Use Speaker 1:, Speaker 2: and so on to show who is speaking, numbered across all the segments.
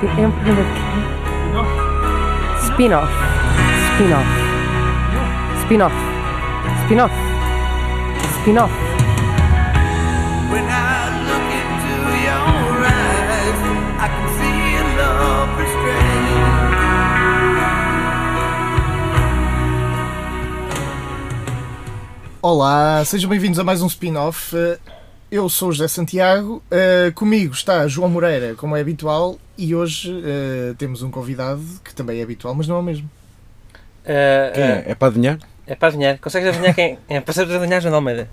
Speaker 1: Tempo daqui. Spin-off. Spin-off. Spin-off. Spin-off. Spin-off.
Speaker 2: When I look into your eyes, I can see a love restrained.
Speaker 3: Olá, sejam bem-vindos a mais um spin-off. Eh, Eu sou o José Santiago, eh, comigo está João Moreira, como é habitual, e hoje eh, temos um convidado que também é habitual, mas não é o mesmo.
Speaker 4: Ah,
Speaker 5: Quem é? É para adivinhar?
Speaker 4: ah, é para adivinhar. Consegues adivinhar quem é? Passas a adivinhar João de Almeida.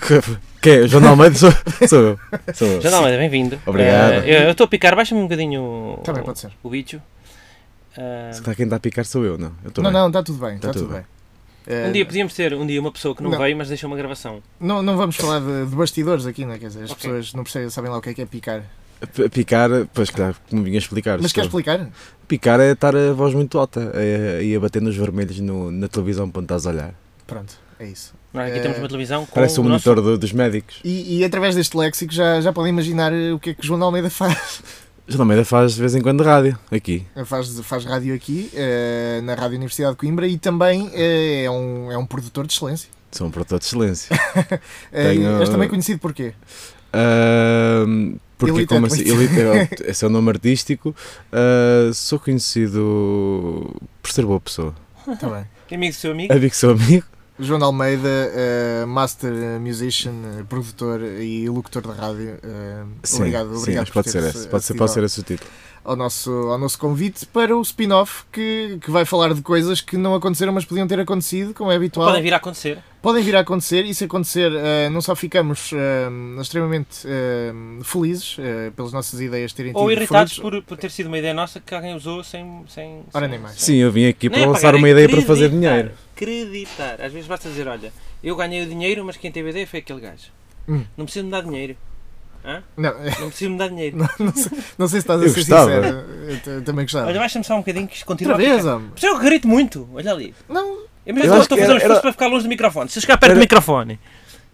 Speaker 5: Quem é? João de Almeida? Sou, sou eu. Sou eu.
Speaker 4: João de Almeida, bem-vindo.
Speaker 5: Obrigado. Tá
Speaker 4: Ah, eu eu estou a picar, baixa-me um bocadinho
Speaker 3: Também
Speaker 4: o,
Speaker 3: pode ser.
Speaker 4: o bicho. Ah,
Speaker 5: Se calhar quem está a picar sou eu, não. Eu estou
Speaker 3: não,
Speaker 5: bem.
Speaker 3: não, está tudo Tá bem, está, tudo, bem. Eh,
Speaker 4: um dia podíamos ter um dia uma pessoa que não,
Speaker 3: Não.
Speaker 4: veio, mas deixou uma gravação.
Speaker 3: não, não vamos falar de, de bastidores aqui, não é? Quer dizer, as
Speaker 4: Ok.
Speaker 3: pessoas não percebem, sabem lá o que é que é picar.
Speaker 5: P- Picar, pois claro, como vinha a explicar.
Speaker 3: Mas
Speaker 5: estou-
Speaker 3: queres explicar?
Speaker 5: Picar é estar a voz muito alta é- e a bater nos vermelhos no- na televisão quando estás a olhar.
Speaker 3: Pronto, é isso.
Speaker 4: Nós aqui
Speaker 3: É,
Speaker 4: temos uma televisão com
Speaker 5: Eh, Parece um o
Speaker 4: o nosso...
Speaker 5: monitor do- dos médicos.
Speaker 3: E, e através deste léxico já, já podem imaginar eh, o que é que João de Almeida faz.
Speaker 5: João de Almeida faz de vez em quando rádio, aqui.
Speaker 3: Faz, faz rádio aqui, eh, na Rádio Universidade de Coimbra, e também eh, é, um, é um produtor de excelência.
Speaker 5: Sou um produtor de excelência.
Speaker 3: Eh,
Speaker 5: Tenho-
Speaker 3: És também conhecido por quê?
Speaker 5: Ahm, porque
Speaker 3: Elite
Speaker 5: como assim,
Speaker 3: Atleta.
Speaker 5: Elite, é o- esse é o nome artístico, ah, sou conhecido por ser boa pessoa.
Speaker 4: Uhum.
Speaker 3: Tá bem.
Speaker 4: Amigo do seu amigo.
Speaker 5: Amigo sou amigo.
Speaker 3: João de Almeida, eh, master musician, eh, produtor e locutor de rádio. eh,
Speaker 5: Sim,
Speaker 3: obrigado,
Speaker 5: sim,
Speaker 3: obrigado
Speaker 5: mas pode ser
Speaker 3: teres
Speaker 5: esse. Pode ser,
Speaker 3: acedido
Speaker 5: pode ser esse o título.
Speaker 3: Ao, ao nosso, ao nosso convite para o spin-off que, que vai falar de coisas que não aconteceram, mas podiam ter acontecido, como é habitual.
Speaker 4: Podem vir a acontecer.
Speaker 3: podem vir a acontecer e se acontecer eh, não só ficamos eh, extremamente eh, felizes eh, pelas nossas ideias terem
Speaker 4: Ou
Speaker 3: tido
Speaker 4: irritados
Speaker 3: frutos.
Speaker 4: por, por ter sido uma ideia nossa que alguém usou sem. sem
Speaker 3: Ora,
Speaker 4: sem-
Speaker 3: nem mais.
Speaker 5: Sim, eu vim aqui
Speaker 4: Não
Speaker 5: para
Speaker 4: é
Speaker 5: lançar
Speaker 4: pagar, é
Speaker 5: uma ideia para fazer
Speaker 4: acreditar.
Speaker 5: dinheiro.
Speaker 4: Acreditar. Às vezes basta dizer, olha, eu ganhei o dinheiro, mas quem teve a ideia foi aquele gajo.
Speaker 3: Hum.
Speaker 4: Não preciso me dar dinheiro.
Speaker 3: Não,
Speaker 4: Não preciso me dar dinheiro.
Speaker 3: não sei se estás a
Speaker 5: Eu
Speaker 3: ser
Speaker 5: gostava.
Speaker 3: sincero. Eu t- também gostava.
Speaker 5: Ah.
Speaker 4: Olha, baixa-me só um bocadinho que isto continua
Speaker 3: Outra
Speaker 4: a picar.
Speaker 3: vez, homem.
Speaker 4: Mas é eu grito muito, olha ali.
Speaker 3: Não,
Speaker 4: Eu mesmo
Speaker 5: Eu
Speaker 4: estou
Speaker 5: acho
Speaker 4: estou a
Speaker 5: que
Speaker 4: fazer um
Speaker 5: era-
Speaker 4: esforço
Speaker 5: era-
Speaker 4: para ficar longe do microfone. Se eu chegar perto do
Speaker 5: Era-
Speaker 4: microfone.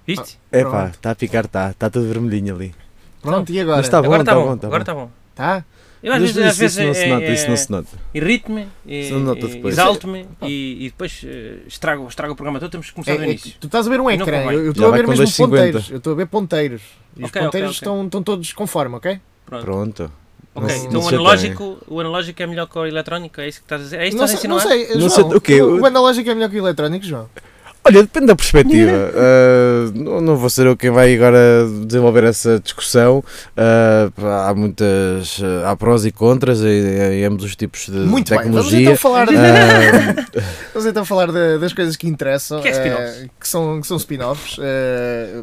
Speaker 4: Viste?
Speaker 5: É pá,
Speaker 3: Pronto.
Speaker 5: está a picar, está. Está tudo vermelhinho ali.
Speaker 3: pronto, e agora?
Speaker 5: Mas está tá bom,
Speaker 4: agora
Speaker 5: está
Speaker 4: está
Speaker 5: bom,
Speaker 4: bom,
Speaker 5: está
Speaker 4: agora
Speaker 5: bom.
Speaker 4: está bom.
Speaker 3: Tá?
Speaker 4: Eu às
Speaker 5: Mas
Speaker 4: vezes, às
Speaker 5: isso, isso
Speaker 4: vezes
Speaker 5: não se
Speaker 4: é-
Speaker 5: nota, isso não se
Speaker 4: é-
Speaker 5: nota.
Speaker 4: irrito-me, é-
Speaker 5: Isso não se nota
Speaker 4: é-
Speaker 5: depois.
Speaker 4: exalto-me e, e depois eh, estrago, estrago o programa todo. Temos que começar
Speaker 3: É-
Speaker 4: do
Speaker 3: é-
Speaker 4: início.
Speaker 3: tu estás a ver um
Speaker 4: E não
Speaker 3: ecrã,
Speaker 4: convém.
Speaker 3: eu eu
Speaker 5: Já
Speaker 3: estou a
Speaker 5: vai
Speaker 3: ver
Speaker 5: com
Speaker 3: mesmo
Speaker 5: 2,50.
Speaker 3: ponteiros. Eu estou a ver ponteiros. E os
Speaker 4: Ok, ok,
Speaker 3: ponteiros
Speaker 4: ok.
Speaker 3: Estão, estão todos conforme, ok?
Speaker 4: Pronto.
Speaker 5: Pronto.
Speaker 4: Ok,
Speaker 5: Não se-
Speaker 4: então
Speaker 5: não
Speaker 4: o
Speaker 5: se
Speaker 4: analógico, o analógico é melhor que o eletrónico, é isso que estás a dizer? É isso que
Speaker 3: não,
Speaker 4: estás a
Speaker 3: sei,
Speaker 4: ensinar?
Speaker 3: não sei.
Speaker 5: Não
Speaker 3: João,
Speaker 5: sei- o quê? Eh,
Speaker 3: O, o analógico é melhor que o eletrónico, João.
Speaker 5: Olha, depende da perspectiva. Ah, não, não vou ser eu quem vai agora desenvolver essa discussão. Ah, pá, há muitas. ah, Há prós e contras em, em ambos os tipos de
Speaker 3: Muito bem. Vamos então
Speaker 5: tecnologia.
Speaker 3: falar de-
Speaker 5: Ah,
Speaker 3: Vamos então falar da- das coisas que interessam,
Speaker 4: Que é spin-offs.
Speaker 3: eh, que são, que são spin-offs. eh,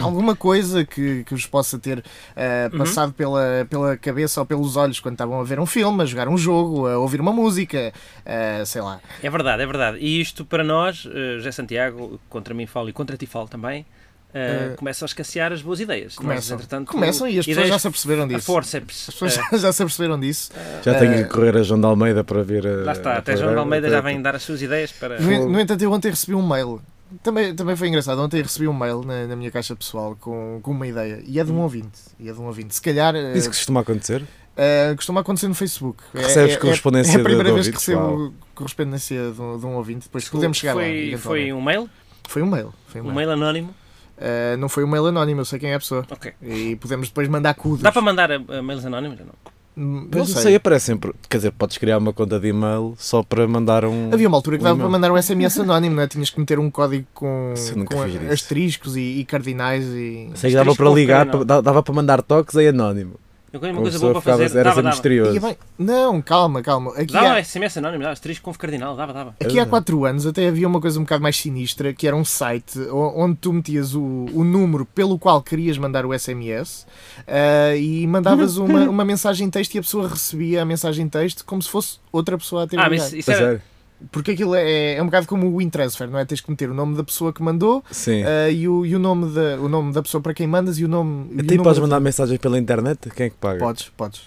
Speaker 3: alguma coisa que, que vos possa ter eh,
Speaker 4: Uhum.
Speaker 3: passado pela, pela cabeça ou pelos olhos quando estavam a ver um filme, a jogar um jogo, a ouvir uma música, eh, sei lá.
Speaker 4: É verdade, é verdade. E isto para nós, eh, José Santiago, contra mim falo e contra ti falo também, eh,
Speaker 3: Eh,
Speaker 4: começa a escassear as boas ideias.
Speaker 3: Começam,
Speaker 4: Nós, entretanto,
Speaker 3: começam e as pessoas já
Speaker 4: ideias
Speaker 3: se aperceberam
Speaker 4: a
Speaker 3: disso.
Speaker 4: forceps.
Speaker 3: As pessoas
Speaker 4: eh,
Speaker 3: já- já se aperceberam disso.
Speaker 4: É.
Speaker 5: já tenho que correr a João de Almeida para vir. a-
Speaker 4: Lá está, até
Speaker 5: para-
Speaker 4: João de Almeida
Speaker 5: Eh, até-
Speaker 4: já vem dar as suas ideias para.
Speaker 3: No, en- no entanto, eu ontem recebi um mail. Também, também foi engraçado. Ontem recebi um mail na, na minha caixa pessoal com, com uma ideia. E é
Speaker 4: Hum.
Speaker 3: de um ouvinte. E é de um ouvinte. Se calhar. eh,
Speaker 5: Isso que costuma acontecer?
Speaker 3: Uh, costuma acontecer no Facebook. É-
Speaker 5: Recebes
Speaker 3: é- é-
Speaker 5: correspondência
Speaker 3: É, a
Speaker 5: de-
Speaker 3: primeira
Speaker 5: de
Speaker 3: vez que
Speaker 5: ouvintes,
Speaker 3: recebo
Speaker 5: uau.
Speaker 3: correspondência de um, de um ouvinte, depois
Speaker 4: Desculpe,
Speaker 3: podemos chegar lá.
Speaker 4: foi, foi
Speaker 3: eventualmente.
Speaker 4: um mail,
Speaker 3: Foi um mail. Foi um
Speaker 4: um
Speaker 3: mail.
Speaker 4: mail anónimo.
Speaker 3: Uh, não foi um mail anónimo, eu sei quem é a pessoa.
Speaker 4: Ok.
Speaker 3: E podemos depois mandar cudos.
Speaker 4: Dá para mandar a- a mails anónimos ou não?
Speaker 3: Hum,
Speaker 5: Mas não sei, é um aparece sempre. Quer dizer, podes criar uma conta de e-mail só para mandar um.
Speaker 3: Havia uma altura que
Speaker 5: Um
Speaker 3: dava
Speaker 5: e-mail.
Speaker 3: para mandar um SMS anónimo, não é? Tinhas que meter um código com,
Speaker 5: Isso eu nunca
Speaker 3: com
Speaker 5: fiz disso.
Speaker 3: asteriscos e, e cardinais e.
Speaker 5: Sei que dava para
Speaker 4: Asterisco
Speaker 5: ligar,
Speaker 4: qualquer, não.
Speaker 5: para- dava para mandar toques em anónimo.
Speaker 4: Eu tenho
Speaker 5: A
Speaker 4: uma coisa
Speaker 5: pessoa
Speaker 4: boa para fazer.
Speaker 5: ficava- era
Speaker 4: dava,
Speaker 5: sempre
Speaker 4: dava.
Speaker 5: misterioso.
Speaker 3: E bem- não, calma, calma. Aqui
Speaker 4: Dava
Speaker 3: há-
Speaker 4: SMS anónimo, dava asterisco com cardinal, dava, dava.
Speaker 3: Aqui há 4 anos até havia uma coisa um bocado mais sinistra, que era um site o- onde tu metias o, o número pelo qual querias mandar o SMS ah, e mandavas uma,
Speaker 4: Uhum.
Speaker 3: uma mensagem em texto e a pessoa recebia a mensagem em texto como se fosse outra pessoa a ter
Speaker 4: Ah,
Speaker 3: ligado.
Speaker 4: mas isso- isso
Speaker 5: A
Speaker 3: é.
Speaker 4: era.
Speaker 5: sério?
Speaker 3: Porque aquilo é, é um bocado como o intransfer, não é? Tens que meter o nome da pessoa que mandou
Speaker 5: Sim.
Speaker 3: ah, e, o, e o nome da, o nome da pessoa para quem mandas e o nome... e o
Speaker 5: Até
Speaker 3: número
Speaker 5: tipo, Então, podes
Speaker 3: da-
Speaker 5: mandar mensagens pela internet? Quem é que paga?
Speaker 3: Podes, podes.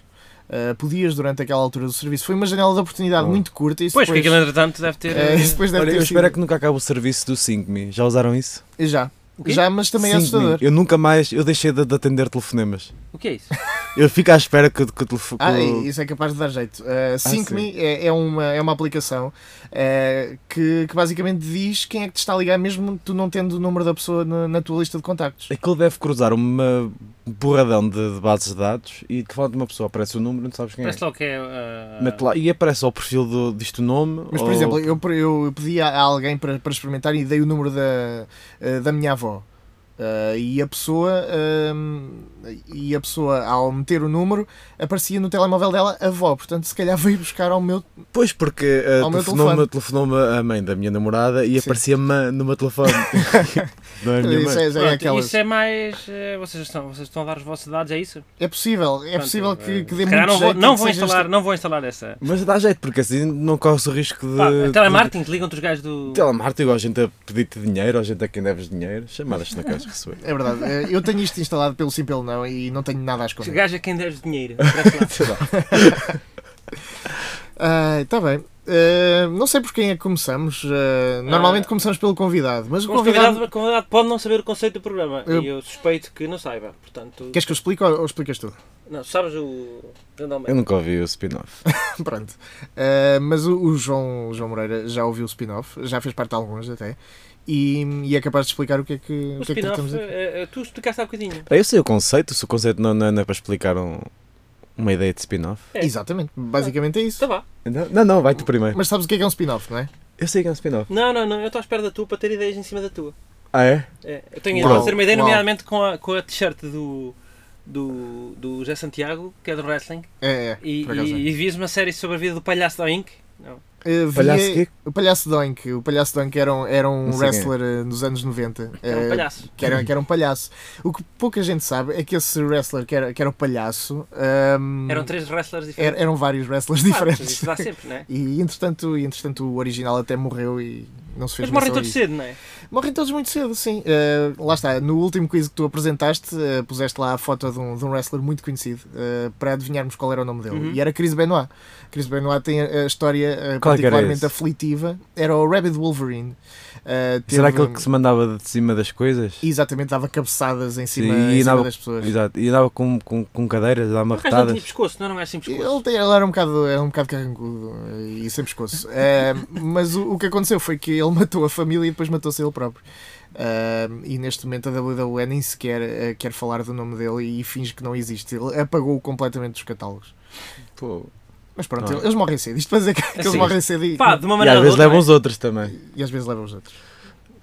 Speaker 3: Ah, podias durante aquela altura do serviço. Foi uma janela de oportunidade
Speaker 5: Bom.
Speaker 3: muito curta e isso
Speaker 4: Pois, porque
Speaker 3: depois,
Speaker 4: aquilo entretanto deve ter.
Speaker 3: ah, isso
Speaker 4: eh,
Speaker 3: depois deve
Speaker 5: Olha,
Speaker 3: ter
Speaker 5: eu espero é
Speaker 3: sido-
Speaker 5: que nunca acabe o serviço do 5 me Já usaram isso?
Speaker 3: Já.
Speaker 4: O quê?
Speaker 3: Já, mas também é
Speaker 5: Sim,
Speaker 3: assustador.
Speaker 5: Eu nunca mais, eu deixei de, de atender telefonemas.
Speaker 4: O que é isso?
Speaker 5: Eu fico à espera que, que o telefone...
Speaker 3: Ah, isso é capaz de dar jeito. Uh, SyncMe é, é uma, é uma aplicação uh, que, que basicamente diz quem é que te está a ligar, mesmo tu não tendo o número da pessoa na, na tua lista de contactos.
Speaker 5: Aquilo deve cruzar uma borradão de, de bases de dados e que fala de uma pessoa, aparece o número, não sabes quem
Speaker 4: Parece
Speaker 5: é.
Speaker 4: logo que é. ah,
Speaker 5: Mete lá- e aparece ao perfil do, disto o nome.
Speaker 3: Mas, por
Speaker 5: ou-
Speaker 3: exemplo, eu, eu pedi a a alguém para, para experimentar e dei o número da, eh, da minha avó. Eh, e a pessoa ehm, e a pessoa ao meter o número aparecia no telemóvel dela a avó portanto se calhar veio buscar ao meu
Speaker 5: Pois, porque
Speaker 3: Ao
Speaker 5: uh,
Speaker 3: meu telefone.
Speaker 5: telefonou-me telefonou a mãe da minha namorada e
Speaker 3: Sim.
Speaker 5: aparecia-me no meu telefone. não é a minha
Speaker 3: isso
Speaker 5: mãe.
Speaker 3: é, é,
Speaker 4: pronto,
Speaker 3: aquelas-
Speaker 4: Isso é mais. eh, vocês, estão, vocês estão a dar os vossos dados, é isso?
Speaker 3: é possível é
Speaker 4: Pronto,
Speaker 3: possível que,
Speaker 4: eh,
Speaker 3: que dê
Speaker 4: se calhar
Speaker 3: muito
Speaker 4: não vou,
Speaker 3: jeito e
Speaker 4: não
Speaker 3: que
Speaker 4: vou
Speaker 3: seja
Speaker 4: instalar, não vou instalar essa.
Speaker 5: Mas dá jeito, porque assim não corres o risco de.
Speaker 4: Pá,
Speaker 5: de-
Speaker 4: telemarketing, ligam-te os gajos do.
Speaker 5: Telemarketing, ou a gente a pedir-te dinheiro, ou a gente a quem deves dinheiro, chamadas-te na casa receber.
Speaker 3: É verdade, eh, eu tenho isto instalado pelo sim, pelo não e não tenho nada a
Speaker 4: Os
Speaker 3: esconder.
Speaker 4: gajos a é quem deres dinheiro. aparece lá.
Speaker 5: Sei lá.
Speaker 3: Está tá bem. Eh, não sei por quem é que começamos. eh, normalmente
Speaker 4: Ah.
Speaker 3: começamos pelo convidado, mas o
Speaker 4: Mas O
Speaker 3: convidado.
Speaker 4: convidado, o convidado pode não saber o conceito do programa
Speaker 3: Eu-
Speaker 4: e eu suspeito que não saiba. Portanto,
Speaker 3: Queres que eu explique ou, ou explicas tu?
Speaker 4: não, sabes o. Grande Almeida.
Speaker 5: Eu nunca ouvi o spin-off.
Speaker 3: Pronto. Eh, mas o, o João, o João Moreira já ouviu o spin-off, já fez parte de alguns até, e, e é capaz de explicar o que é que,
Speaker 4: O
Speaker 3: o que, é que
Speaker 4: spin-off,
Speaker 3: tratamos aqui.
Speaker 4: eh, eh, tu explicaste há bocadinho.
Speaker 5: Ah, Eu sei o conceito, se o conceito não, não é- não é para explicar um- uma ideia de spin-off.
Speaker 4: é.
Speaker 3: Exatamente, basicamente é isso.
Speaker 4: Está Então vá.
Speaker 5: Não, não, não, vai tu primeiro.
Speaker 3: Mas sabes o que é que é um spin-off, não é?
Speaker 5: Eu sei que é um spin-off.
Speaker 4: Não, não, não, eu estou à espera da tua para ter ideias em cima da tua.
Speaker 5: Ah, é?
Speaker 4: É, eu tenho
Speaker 3: Uau,
Speaker 4: a fazer uma ideia,
Speaker 3: uau.
Speaker 4: nomeadamente com a, com a t-shirt do, do, do José Santiago, que é do wrestling,
Speaker 3: É, é.
Speaker 4: e,
Speaker 3: por acaso é.
Speaker 4: e, e vias uma série sobre a vida do palhaço da Inc. Não.
Speaker 3: Eh, vi-
Speaker 5: Palhaço quê?
Speaker 3: O Palhaço Doink. O Palhaço Doink era um, era um
Speaker 5: Não sei quem é.
Speaker 3: wrestler eh, nos anos 90.
Speaker 4: Era um
Speaker 3: eh,
Speaker 4: palhaço.
Speaker 3: que era, que era um palhaço. O que pouca gente sabe é que esse wrestler que era, que era o palhaço ahm,
Speaker 4: Eram três wrestlers
Speaker 3: er-
Speaker 4: diferentes.
Speaker 3: eram vários wrestlers
Speaker 4: Claro, mas
Speaker 3: diferentes.
Speaker 4: Isso dá sempre, não é?
Speaker 3: E entretanto, e, entretanto o original até morreu e não se fez
Speaker 4: Mas morrem
Speaker 3: menção a
Speaker 4: todos
Speaker 3: isso.
Speaker 4: cedo, não é?
Speaker 3: Morrem todos muito cedo, sim. Ah, lá está, no último quiz que tu apresentaste, ah, puseste lá a foto de um, de um wrestler muito conhecido ah, para adivinharmos qual era o nome dele.
Speaker 4: Uhum.
Speaker 3: E era Chris Benoit. Chris Benoit tem a, a história ah,
Speaker 5: Qual é que era
Speaker 3: particularmente
Speaker 5: esse?
Speaker 3: aflitiva. Era o Rabid Wolverine. Ah,
Speaker 5: Será
Speaker 3: teve-
Speaker 5: aquele que se mandava de cima das coisas?
Speaker 3: Exatamente, dava cabeçadas em cima,
Speaker 5: Sim, e
Speaker 3: em cima
Speaker 5: dava-
Speaker 3: das pessoas.
Speaker 5: Exato, e andava com, com, com cadeiras, dava
Speaker 4: O gajo não tinha
Speaker 5: marretadas.
Speaker 4: pescoço, não era um gajo sem
Speaker 3: Ele,
Speaker 4: pescoço.
Speaker 3: tem- ele era um bocado, era um bocado carrancudo eh, e sem pescoço. Eh, mas o, o que aconteceu foi que ele matou a família e depois matou-se ele próprio. Eh, e neste momento a WWE nem sequer eh, quer falar do nome dele e finge que não existe. Ele apagou-o completamente dos catálogos. tipo
Speaker 5: Pô,
Speaker 3: Mas pronto,
Speaker 5: Não é?
Speaker 3: eles morrem cedo. Isto para dizer que, que eles
Speaker 4: Sim.
Speaker 3: morrem cedo e,
Speaker 4: Pá, de uma
Speaker 5: E
Speaker 4: maneira
Speaker 5: às
Speaker 4: ou
Speaker 5: vezes
Speaker 4: de outra,
Speaker 5: levam
Speaker 4: não é?
Speaker 5: os outros também.
Speaker 3: e às vezes levam os outros.